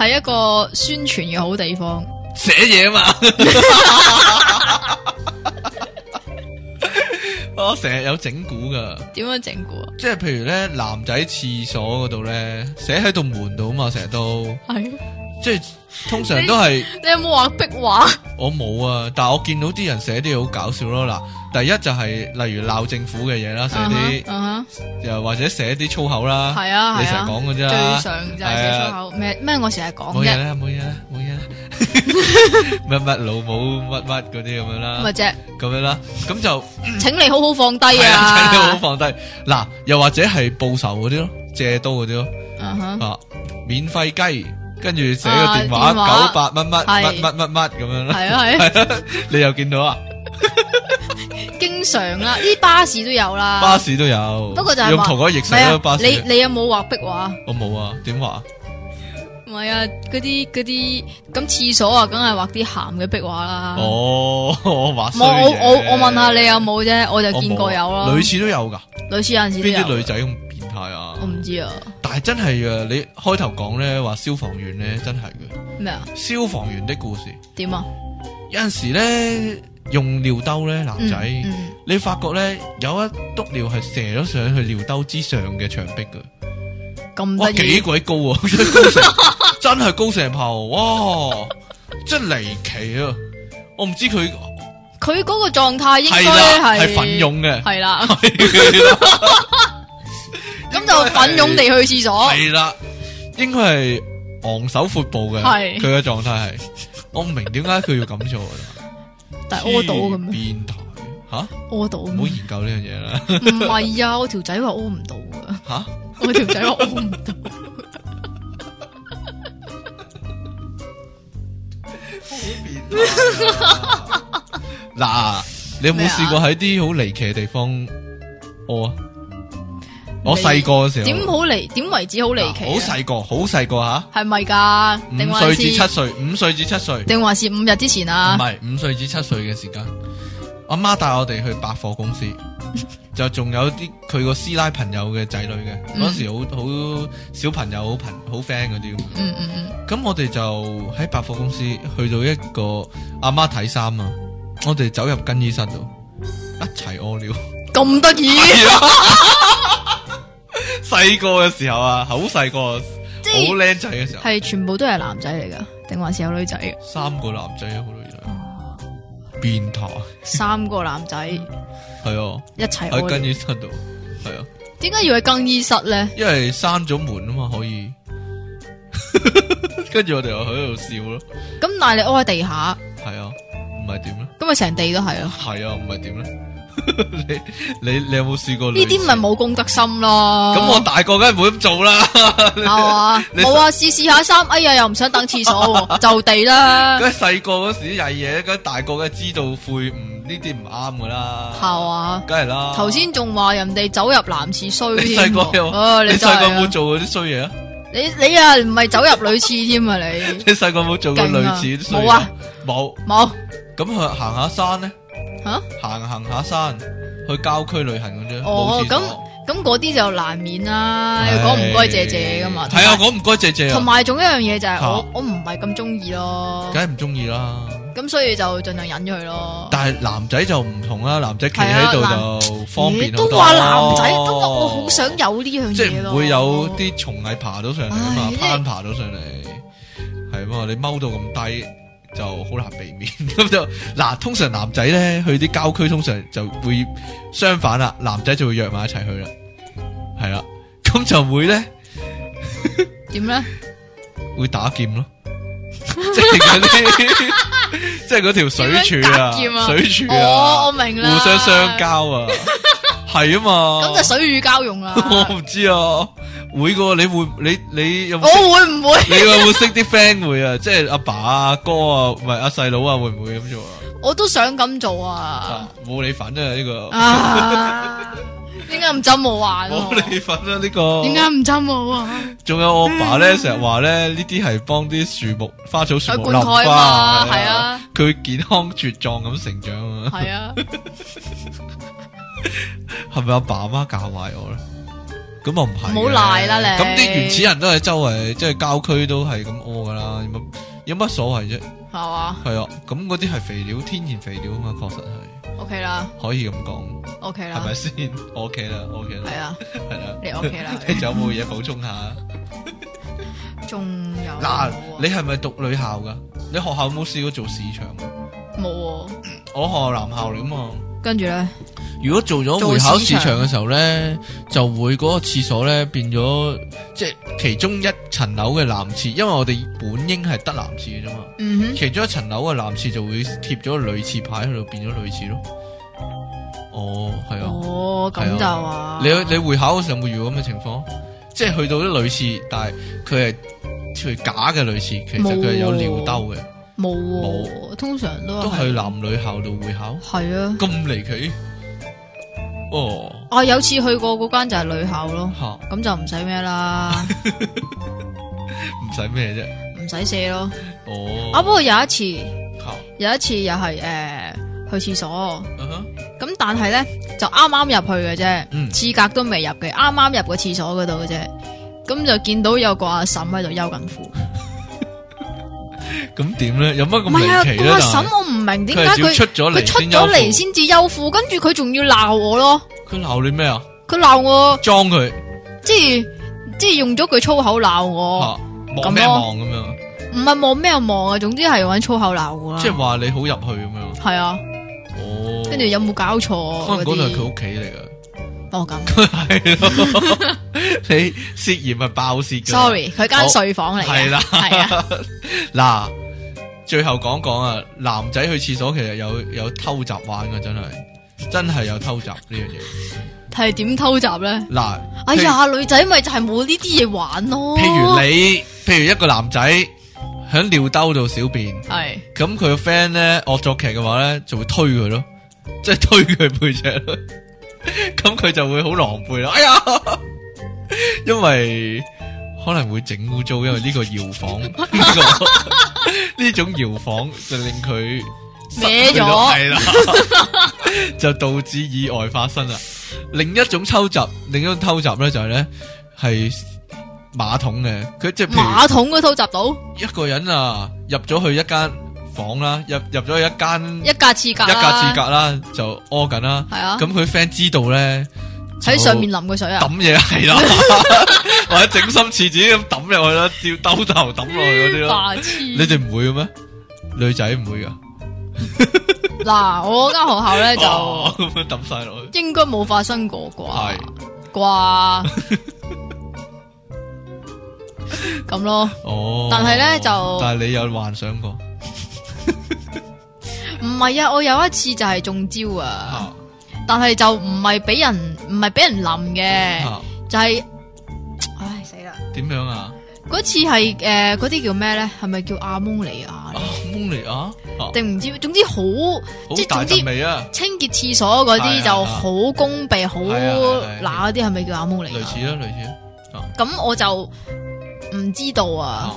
Speaker 1: 係一個宣傳嘅好地方。
Speaker 2: 写嘢嘛。 我成日有整蠱噶，
Speaker 1: 點樣整蠱啊？
Speaker 2: 即系譬如咧男仔厕所嗰度咧，寫喺度門度啊嘛，成日都
Speaker 1: 係啊，
Speaker 2: 即系通常都係
Speaker 1: 你有冇畫壁畫？
Speaker 2: 我冇啊，但我見到啲人寫啲嘢好搞笑咯嗱，第一就係例如鬧政府嘅嘢啦，寫啲
Speaker 1: 啊
Speaker 2: 又或者寫啲粗口
Speaker 1: 哈，
Speaker 2: 啦，
Speaker 1: 係啊，
Speaker 2: 你
Speaker 1: 係
Speaker 2: 成
Speaker 1: 啊
Speaker 2: 日，講嘅啫
Speaker 1: 最
Speaker 2: 啦。
Speaker 1: 常就
Speaker 2: 係
Speaker 1: 係
Speaker 2: 啊
Speaker 1: 寫粗口咩咩，我成日講
Speaker 2: 冇嘢
Speaker 1: 啫，
Speaker 2: 啦，冇嘢啦，冇嘢啦，乜乜老母乜乜嗰啲咁樣
Speaker 1: 咪
Speaker 2: 啦，
Speaker 1: 啫，
Speaker 2: 咁樣啦，咁就
Speaker 1: 請你好好放低
Speaker 2: 係啊，真係好
Speaker 1: 啊！
Speaker 2: 放低。嗱，又或者係報仇嗰啲咯，借刀嗰啲咯，
Speaker 1: 嗯哼，
Speaker 2: 啊，免費雞，跟住寫個電
Speaker 1: 啊
Speaker 2: 話
Speaker 1: 電話
Speaker 2: 九八乜乜
Speaker 1: 係
Speaker 2: 乜乜乜乜咁樣啦，
Speaker 1: 係啊係啊，
Speaker 2: 你又見到啊？
Speaker 1: 經常啦，啲巴士都有啦。
Speaker 2: 巴士都有，
Speaker 1: 不過就係話
Speaker 2: 用同嗰翼
Speaker 1: 唔
Speaker 2: 寫
Speaker 1: 係
Speaker 2: 咯，
Speaker 1: 啊
Speaker 2: 巴士
Speaker 1: 你你有冇畫壁畫？
Speaker 2: 我冇啊，點話？
Speaker 1: 唔係啊，嗰啲嗰啲咁廁所啊，梗係畫啲鹹嘅壁畫啦。
Speaker 2: 哦，我話
Speaker 1: 我
Speaker 2: 衰
Speaker 1: 我
Speaker 2: 嘢
Speaker 1: 我我問下你有冇啫，我就
Speaker 2: 我
Speaker 1: 見過有
Speaker 2: 冇
Speaker 1: 啦
Speaker 2: 啊。女廁都有㗎，
Speaker 1: 類似有陣時都
Speaker 2: 邊啲
Speaker 1: 有
Speaker 2: 女仔咁變態啊？
Speaker 1: 我唔知啊，
Speaker 2: 但系真係啊！你開頭講咧話消防員咧，真係嘅
Speaker 1: 咩啊？
Speaker 2: 消防員的故事。
Speaker 1: 點啊？
Speaker 2: 有阵时咧用尿兜咧，男
Speaker 1: 嗯
Speaker 2: 仔、
Speaker 1: 嗯
Speaker 2: 你發覺咧有一篤尿係射咗上去尿兜之上嘅牆壁嘅，
Speaker 1: 咁
Speaker 2: 哇
Speaker 1: 得
Speaker 2: 幾
Speaker 1: 意，
Speaker 2: 鬼高啊！ 真係高成真係高成炮，哇！真離奇啊！我唔知佢
Speaker 1: 佢嗰個狀態應
Speaker 2: 係
Speaker 1: 該
Speaker 2: 啦，
Speaker 1: 係
Speaker 2: 係憤，涌嘅，
Speaker 1: 係啦，
Speaker 2: 係
Speaker 1: 咁就憤涌地去廁所，
Speaker 2: 啦，應該係昂首闊步嘅，
Speaker 1: 係
Speaker 2: 佢嘅狀態係，我唔明點解佢要咁做啊！
Speaker 1: 但係屙到咁樣，
Speaker 2: 變態吓，
Speaker 1: 屙到
Speaker 2: 唔好
Speaker 1: 咁樣。
Speaker 2: 研究呢樣 嘢啦
Speaker 1: 唔係啊，我條仔話屙唔到噶，
Speaker 2: 吓，
Speaker 1: 我條仔話屙唔 到。
Speaker 2: 嗱，你有冇
Speaker 1: 咩啊
Speaker 2: 試過喺啲好離奇嘅地方屙啊？我
Speaker 1: 離
Speaker 2: 細個嘅時候，
Speaker 1: 點好離？點為止好離
Speaker 2: 嗱好
Speaker 1: 奇啊？
Speaker 2: 細個，好細個吓，
Speaker 1: 係咪㗎？定
Speaker 2: 五
Speaker 1: 還
Speaker 2: 歲至
Speaker 1: 是
Speaker 2: 七歲，五歲至七歲，
Speaker 1: 定還是五日之前
Speaker 2: 唔
Speaker 1: 啊？
Speaker 2: 係五歲至七歲嘅時間，阿媽帶我哋去百貨公 司。就仲有啲佢個師奶朋友嘅仔女嘅，嗰、
Speaker 1: 嗯
Speaker 2: 時好好小朋友好朋好 friend 嗰啲咁。
Speaker 1: 嗯嗯嗯，
Speaker 2: 咁我哋就喺百貨公司去到一個阿媽睇衫啊，我哋走入更衣室度一齊屙 尿。
Speaker 1: 咁得意，
Speaker 2: 細個嘅時候啊，好細個，
Speaker 1: 即
Speaker 2: 好
Speaker 1: 係
Speaker 2: 僆仔嘅時候，
Speaker 1: 係全部都係男仔嚟㗎，定還是有女仔嘅？
Speaker 2: 三個男仔一個女仔，變態
Speaker 1: 三個男仔
Speaker 2: 係啊，
Speaker 1: 一齊
Speaker 2: 喺
Speaker 1: 屙
Speaker 2: 更衣
Speaker 1: 尿，
Speaker 2: 室度係啊，
Speaker 1: 點解要去更衣室咧？
Speaker 2: 因為閂咗門啊嘛，可 以。跟住我哋又喺度笑咯，
Speaker 1: 咁但係你屙喺地下，
Speaker 2: 係啊，唔係點咧？
Speaker 1: 咁咪成地都係咯。
Speaker 2: 係啊，唔係 點咧？你你你有冇試過類
Speaker 1: 呢
Speaker 2: 似？
Speaker 1: 啲咪冇公德心咯。
Speaker 2: 咁我大個梗係冇咁做 啦，
Speaker 1: 係嘛？
Speaker 2: 你
Speaker 1: 冇啊，試試下衫，哎呀，又唔想等廁所 喎，就地啦，
Speaker 2: 梗係細個嗰時曳嘢，梗係大個梗係知道悔唔呢啲唔啱噶啦，
Speaker 1: 係嘛？
Speaker 2: 梗係啦。
Speaker 1: 頭 先仲話人哋走入男廁衰
Speaker 2: 啊你
Speaker 1: 添
Speaker 2: 細
Speaker 1: 喎，
Speaker 2: 個有
Speaker 1: 啊
Speaker 2: 你
Speaker 1: 你真
Speaker 2: 細個有冇
Speaker 1: 係啊
Speaker 2: 做過啲衰嘢啊？
Speaker 1: 你你啊，唔係走入女廁添啊你，
Speaker 2: 你細個有冇做過類似啲衰嘢？
Speaker 1: 勁啊，
Speaker 2: 冇。
Speaker 1: 冇
Speaker 2: 咁去行下山咧，
Speaker 1: 吓？
Speaker 2: 行行下山，去郊區旅行咁啫。
Speaker 1: 哦
Speaker 2: 冇廁所
Speaker 1: 咁嗰啲就難免啦，講唔該謝謝噶嘛，
Speaker 2: 係啊，講唔該謝謝
Speaker 1: 同
Speaker 2: 啊，
Speaker 1: 埋仲有一樣嘢就係
Speaker 2: 嚇
Speaker 1: 我我唔係咁中意咯，
Speaker 2: 梗係唔中意啦。
Speaker 1: 咁所以就盡量忍咗佢咯。
Speaker 2: 但係男仔就唔同啦，男仔企
Speaker 1: 係啊
Speaker 2: 喺度就方便好
Speaker 1: 都
Speaker 2: 多。
Speaker 1: 話男仔得啦，我好想有呢樣
Speaker 2: 即係
Speaker 1: 嘢咯，
Speaker 2: 唔會有啲蟲蟻爬到上嚟啊嘛
Speaker 1: 唉，
Speaker 2: 攀爬到上嚟，係啊嘛？你踎到咁低就好難避免。 咁就嗱，通常男仔咧去啲郊區，通常就會相反啦，男仔就會約埋一齊去啦，係啦，咁就會咧
Speaker 1: 點咧？
Speaker 2: 會打 劍咯，即係嗰啲， 即係嗰條水柱
Speaker 1: 點樣
Speaker 2: 啊
Speaker 1: 打劍，啊
Speaker 2: 水柱
Speaker 1: 哦，我
Speaker 2: 啊，
Speaker 1: 明啦，
Speaker 2: 互相相，交啊，係啊嘛。
Speaker 1: 咁，就水乳交融啦
Speaker 2: 我唔知啊，會噶，你會你你有
Speaker 1: 我啊
Speaker 2: 冇？
Speaker 1: 會唔會？
Speaker 2: 你會唔會識啲 friend 會啊？即係阿爸啊、哥啊，唔係阿細佬啊，會唔會咁做啊
Speaker 1: 我都想咁做
Speaker 2: 啊
Speaker 1: 啊！？
Speaker 2: 冇你份啊呢個，
Speaker 1: 啊，點解唔針我玩啊？
Speaker 2: 冇你份啊呢個。
Speaker 1: 點解唔針我啊？
Speaker 2: 仲有我阿爸咧，成日話咧呢啲係幫啲樹木、花草樹
Speaker 1: 去
Speaker 2: 木
Speaker 1: 灌
Speaker 2: 淋
Speaker 1: 溉
Speaker 2: 花，
Speaker 1: 嘛係啊，
Speaker 2: 佢健康茁壯咁成長啊。
Speaker 1: 係啊，
Speaker 2: 係咪阿爸阿媽教壞我咧？咁我唔係嘅。
Speaker 1: 唔好賴啦你
Speaker 2: 咁啲原始人都係周圍，即係郊區都係咁屙噶啦，有乜有乜所謂啫？
Speaker 1: 係嘛
Speaker 2: 係啊，咁嗰啲係肥料，天然肥料啊嘛，確實係
Speaker 1: ？OK 啦
Speaker 2: 可以咁講。
Speaker 1: ，OK
Speaker 2: 系
Speaker 1: 啦
Speaker 2: 咪，先 我？OK 啦我，OK 啦，
Speaker 1: 啊係啊，
Speaker 2: 系啦，
Speaker 1: 你 OK 啦
Speaker 2: 你仲有冇嘢補充下？
Speaker 1: 仲有冇啊
Speaker 2: 嗱，你係咪讀女校噶？你學校有冇試過做市場㗎？
Speaker 1: 冇喎？
Speaker 2: 我學校男校嚟噶嘛？
Speaker 1: 跟住咧，
Speaker 2: 如果做咗會考市場嘅時候咧，就會嗰個廁所咧變咗，即係其中一層樓嘅男廁，因為我哋本應係得男廁嘅啫嘛，
Speaker 1: 嗯
Speaker 2: 其中一層樓嘅男廁就會貼咗女廁牌喺度，變咗女廁咯。哦，
Speaker 1: 哼，
Speaker 2: 係啊。
Speaker 1: 哦，咁就話
Speaker 2: 你你會考嗰時有冇遇過咁嘅情況？即係去到啲女廁，但係佢係佢係假嘅女廁，其實佢係有尿兜嘅，
Speaker 1: 冇喎，通常都
Speaker 2: 都哦係男女校度會考，
Speaker 1: 係啊。
Speaker 2: 咁離奇哦
Speaker 1: 啊，有次去過嗰間就係女校咯，
Speaker 2: 吓，嚇
Speaker 1: 咁就唔使咩 啦，
Speaker 2: 唔使咩啫？
Speaker 1: 唔使射咯。
Speaker 2: 哦，
Speaker 1: 啊，不過有一次，
Speaker 2: 嚇
Speaker 1: 有一次又係诶去廁所，
Speaker 2: 嗯哼
Speaker 1: 咁但係咧就啱啱入去嘅啫，
Speaker 2: 嗯
Speaker 1: 廁格都未入嘅，啱啱入個廁所嗰度嘅啫，咁就見到有個阿嬸喺度休緊褲。
Speaker 2: 咁點咧？有乜
Speaker 1: 唔
Speaker 2: 咁
Speaker 1: 係啊，
Speaker 2: 離奇
Speaker 1: 個
Speaker 2: 咧？
Speaker 1: 阿
Speaker 2: 但
Speaker 1: 嬸
Speaker 2: 係
Speaker 1: 我唔明點
Speaker 2: 佢
Speaker 1: 解
Speaker 2: 係照
Speaker 1: 佢
Speaker 2: 出咗
Speaker 1: 佢
Speaker 2: 嚟，
Speaker 1: 出咗嚟，先至休褲，跟住佢仲要鬧我咯，
Speaker 2: 佢鬧你咩啊？
Speaker 1: 佢鬧我，
Speaker 2: 裝佢
Speaker 1: 即係即系用咗句粗口鬧
Speaker 2: 吓，
Speaker 1: 我，
Speaker 2: 嚇望咩
Speaker 1: 哦咁咯
Speaker 2: 望咁樣？
Speaker 1: 唔係望咩望啊，總之係揾粗口鬧我啦
Speaker 2: 即。係話你好入去咁樣。
Speaker 1: 係啊，
Speaker 2: 哦，
Speaker 1: 跟住有冇搞錯
Speaker 2: 可
Speaker 1: 嗰
Speaker 2: 能嗰
Speaker 1: 啲？
Speaker 2: 度係佢屋企嚟噶。
Speaker 1: 哦咁
Speaker 2: 系咯， 你涉嫌係爆竊嘅。
Speaker 1: ，sorry，佢間睡房嚟嘅，
Speaker 2: 係啦
Speaker 1: 係啊，
Speaker 2: 嗱，最後講講啊，男仔去廁所其實有有偷襲玩嘅，真係真係有偷襲呢樣嘢。
Speaker 1: 係點偷襲 咧？
Speaker 2: 嗱，
Speaker 1: 哎呀，女仔咪就係冇呢啲嘢玩咯。
Speaker 2: 譬，譬如你，譬如一個男仔喺尿兜度小便，
Speaker 1: 係
Speaker 2: 咁佢個 friend 咧惡作劇嘅話咧，就會推佢咯， 即係推佢背脊咯， 咁佢就會好狼狽啦。哎呀， 因為可能會整污糟，因為呢個搖 房呢、個 呢種搖房就令佢
Speaker 1: 歪
Speaker 2: 失去
Speaker 1: 咗
Speaker 2: 係啊啦， 就導致意外發生啦。另一種偷襲，另一種偷襲咧就係咧係馬桶嘅，佢即係譬如。
Speaker 1: 馬桶都偷襲到
Speaker 2: 一個人啊，入咗去一間房啦，入入咗去一間
Speaker 1: 一格廁格
Speaker 2: 一格
Speaker 1: 啦
Speaker 2: 廁，格啦，就屙緊啦。
Speaker 1: 係啊
Speaker 2: 咁佢 friend 知道咧，
Speaker 1: 喺上面淋嘅水啊。
Speaker 2: 抌嘢 係啦，或者整心廁紙咁抌入去啦，掉兜頭抌落去嗰啲咯。
Speaker 1: 白痴！
Speaker 2: 你哋唔會嘅咩？女仔唔會噶，
Speaker 1: 嗱，我間學校咧
Speaker 2: 哦
Speaker 1: 就
Speaker 2: 咁樣抌晒落去，
Speaker 1: 應該冇發生過啩
Speaker 2: 係
Speaker 1: 啩咁咯，
Speaker 2: 哦。
Speaker 1: 但係呢就
Speaker 2: 但係你有幻想過
Speaker 1: 唔係啊！我有一次就係中招啊，
Speaker 2: 啊
Speaker 1: 但係就唔係俾人唔係俾人冧嘅，
Speaker 2: 啊？
Speaker 1: 就係唉死啦！
Speaker 2: 點樣啊？
Speaker 1: 嗰次係诶嗰啲叫咩咧？係咪叫阿蒙尼亞
Speaker 2: 啊
Speaker 1: 呢？，
Speaker 2: 蒙尼啊，啊
Speaker 1: 定唔知？總之好
Speaker 2: 好
Speaker 1: 即係
Speaker 2: 大
Speaker 1: 總之
Speaker 2: 陣味啊，
Speaker 1: 清潔廁所嗰
Speaker 2: 係啊
Speaker 1: 啲就好攻鼻好
Speaker 2: 係啊係啊係啊
Speaker 1: 嗱嗰啲係咪叫阿蒙尼亞？
Speaker 2: 類似啊，類似啊
Speaker 1: 咁我就唔知道啊
Speaker 2: 啊。，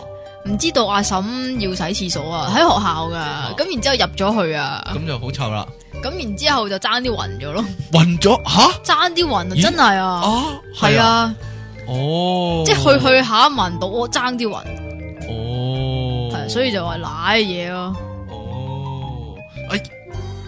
Speaker 1: 唔知道阿嬸要洗廁所
Speaker 2: 哦
Speaker 1: 啊，喺學校噶，咁然之後入咗去啊，
Speaker 2: 咁就好臭啦，
Speaker 1: 咁然之後就爭啲暈咗咯，
Speaker 2: 暈咗吓
Speaker 1: 爭啲暈啊，
Speaker 2: 咦
Speaker 1: 真係啊，
Speaker 2: 啊，
Speaker 1: 係，啊，
Speaker 2: 哦，
Speaker 1: 即係去去下聞到我爭啲暈，
Speaker 2: 哦，
Speaker 1: 係啊所以就話賴嘢咯，
Speaker 2: 哦，哎。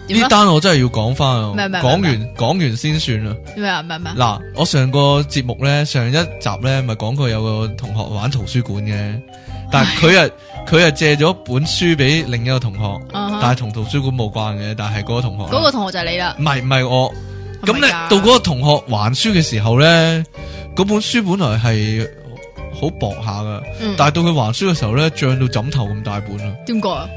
Speaker 1: 點
Speaker 2: 呢
Speaker 1: 啊？
Speaker 2: 單我真係要講翻啊！
Speaker 1: 咩咩
Speaker 2: 講完講完先算啦。
Speaker 1: 咩啊咩啊咩啊？
Speaker 2: 嗱，我上個節目咧，上一集咧，咪講過有個同學玩圖書館嘅，但係佢啊佢啊借咗本書俾另一個同學，
Speaker 1: 啊哈
Speaker 2: 但係同圖書館冇關嘅，但係嗰個同學呢
Speaker 1: 嗰個同學就係你啦，
Speaker 2: 唔係唔係我。咁
Speaker 1: 係咪啊
Speaker 2: 咧
Speaker 1: 㗎
Speaker 2: 到嗰個同學還書嘅時候咧，嗰本書本來係好薄下噶，
Speaker 1: 嗯
Speaker 2: 但係到佢還書嘅時候咧，漲到枕頭咁大本啊！
Speaker 1: 點解 啊？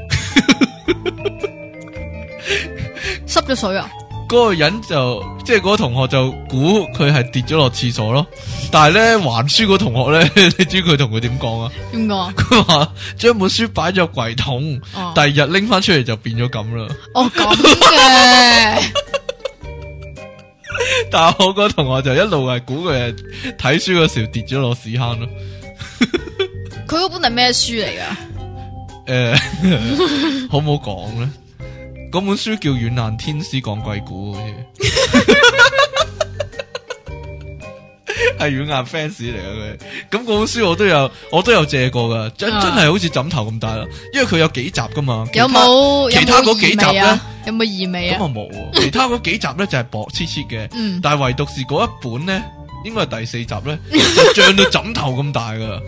Speaker 1: 濕咗水啊？
Speaker 2: 嗰個人就即係嗰個同學就估佢係跌咗落廁所咯，但係咧還書嗰同學咧， 你知佢同佢點講啊？
Speaker 1: 點解啊？
Speaker 2: 佢話將本書擺咗入櫃桶，
Speaker 1: 哦
Speaker 2: 第二日拎翻出嚟就變咗咁啦。
Speaker 1: 哦咁嘅，
Speaker 2: 但係我個同學就一路係估佢係睇書嗰時跌咗落屎坑咯。
Speaker 1: 佢嗰本係咩書嚟噶？
Speaker 2: 诶、呃 好唔好講咧？嗰本書叫《軟爛天使講鬼故》，好似係軟硬 fans 嚟嘅佢。咁嗰本書我都有，我都有借過噶，真
Speaker 1: 啊
Speaker 2: 真係好似枕頭咁大啦。因為佢有幾集噶嘛，其他
Speaker 1: 有冇
Speaker 2: 其他
Speaker 1: 有冇
Speaker 2: 嗰幾
Speaker 1: 異味
Speaker 2: 集
Speaker 1: 啊？有冇異味
Speaker 2: 咁
Speaker 1: 啊？
Speaker 2: 啊冇喎，其他嗰幾集咧就係薄黐黐嘅，
Speaker 1: 嗯。
Speaker 2: 但係唯獨是嗰一本咧，應該係第四集 咧，就漲到枕頭咁大噶，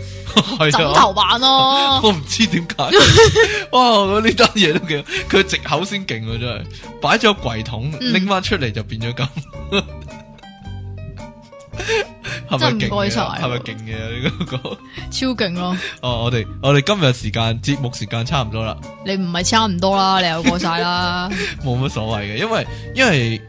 Speaker 2: 係
Speaker 1: 枕
Speaker 2: 啊
Speaker 1: 頭版咯，
Speaker 2: 我唔知 點解，哇！我呢單嘢都幾，佢藉口先勁啊，真係擺咗個櫃桶，
Speaker 1: 嗯
Speaker 2: 拎翻出嚟就變咗 咁，係咪勁
Speaker 1: 真唔該
Speaker 2: 嘅？
Speaker 1: 晒啊
Speaker 2: 係咪勁嘅呢個？
Speaker 1: 超勁咯！
Speaker 2: 哦，我哋我哋今日時間節目時間差唔多啦，
Speaker 1: 你唔係差唔多啦，你又過晒 啦，
Speaker 2: 冇乜所謂嘅，因為因為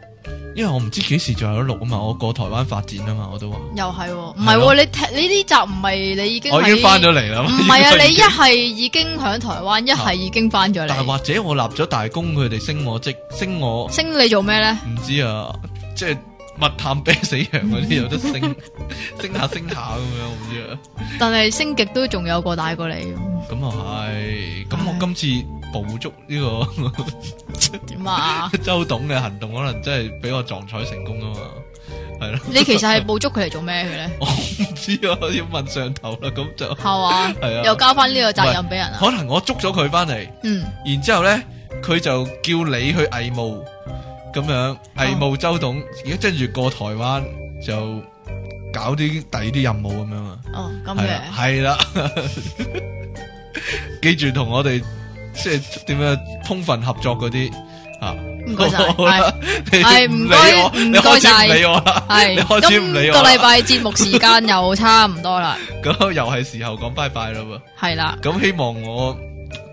Speaker 2: 因為我唔知幾時仲有得錄啊嘛，我過台灣發展啊嘛，我都話
Speaker 1: 又係喎，唔
Speaker 2: 係
Speaker 1: 係喎，
Speaker 2: 咯
Speaker 1: 你踢你呢集唔係你已經
Speaker 2: 我已經
Speaker 1: 喺
Speaker 2: 翻咗，啊嚟啦，
Speaker 1: 唔係啊，
Speaker 2: 應該已
Speaker 1: 你一
Speaker 2: 經
Speaker 1: 係已經喺台灣，一係已經翻咗
Speaker 2: 但係
Speaker 1: 嚟。
Speaker 2: 或者我立咗大功，佢哋升我職，升我。
Speaker 1: 升你做咩咧？
Speaker 2: 唔知啊，即系密探啤死羊嗰 啲有得升，升下升下咁样，唔知啊。
Speaker 1: 但係升極都仲有個大過你，
Speaker 2: 咁啊系，咁我今次捕捉呢個
Speaker 1: 點啊？
Speaker 2: 周董嘅行動，可能真係俾我撞彩成功啊嘛，係咯。
Speaker 1: 你其實係捕捉佢嚟做咩嘅咧？
Speaker 2: 我 唔知啊，要問上頭啦，咁就
Speaker 1: 係 嘛
Speaker 2: 係啊？
Speaker 1: 又交翻呢個責任俾 人啊？
Speaker 2: 可能我捉咗佢翻嚟，
Speaker 1: 嗯，
Speaker 2: 然之后咧，佢就叫你去偽冒，咁樣
Speaker 1: 哦
Speaker 2: 偽冒周董，而家跟住過台灣就搞啲第二啲任務咁樣啊。
Speaker 1: 哦咁
Speaker 2: 系
Speaker 1: 嘅
Speaker 2: 啦，，係啦， 记住同我哋即系点样充分合作嗰啲吓，
Speaker 1: 唔該晒
Speaker 2: 好啦，你
Speaker 1: 係
Speaker 2: 唔
Speaker 1: 唔
Speaker 2: 理
Speaker 1: 該
Speaker 2: 我，你
Speaker 1: 唔該
Speaker 2: 開始
Speaker 1: 晒
Speaker 2: 唔理我啦，
Speaker 1: 係
Speaker 2: 你開始唔理
Speaker 1: 今
Speaker 2: 我
Speaker 1: 個
Speaker 2: 啦
Speaker 1: 禮拜節目時間又差唔多啦，
Speaker 2: 咁又係時候講拜拜啦喎，
Speaker 1: 係啦。
Speaker 2: 咁希望我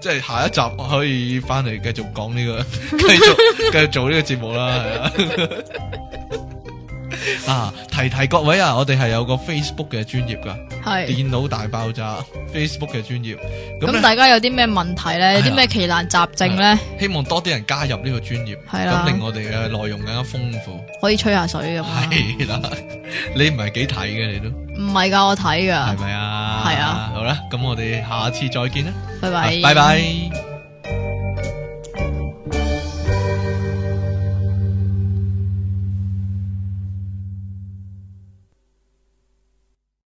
Speaker 2: 即係下一集可以翻嚟繼續講呢 個，繼續繼續做呢個節目啦，係 啊，啊提提各位啊，我哋係有個 Facebook 嘅專業噶，
Speaker 1: 系，
Speaker 2: 電腦大爆炸 Facebook 嘅專業，咁
Speaker 1: 咁
Speaker 2: 咧。
Speaker 1: 大家有啲咩問題
Speaker 2: 係啊
Speaker 1: 咧？有啲咩奇難雜症咧？
Speaker 2: 希望多啲人加入呢個專業，
Speaker 1: 係啦
Speaker 2: 咁令我哋嘅內容更加豐富。
Speaker 1: 可以吹下水咁啊？
Speaker 2: 係啦，你唔係幾睇嘅，你都
Speaker 1: 唔係㗎，我睇㗎
Speaker 2: 係。咪啊？
Speaker 1: 係啊，
Speaker 2: 好啦，咁我哋下次再見啦，啊
Speaker 1: 拜拜，
Speaker 2: 拜拜。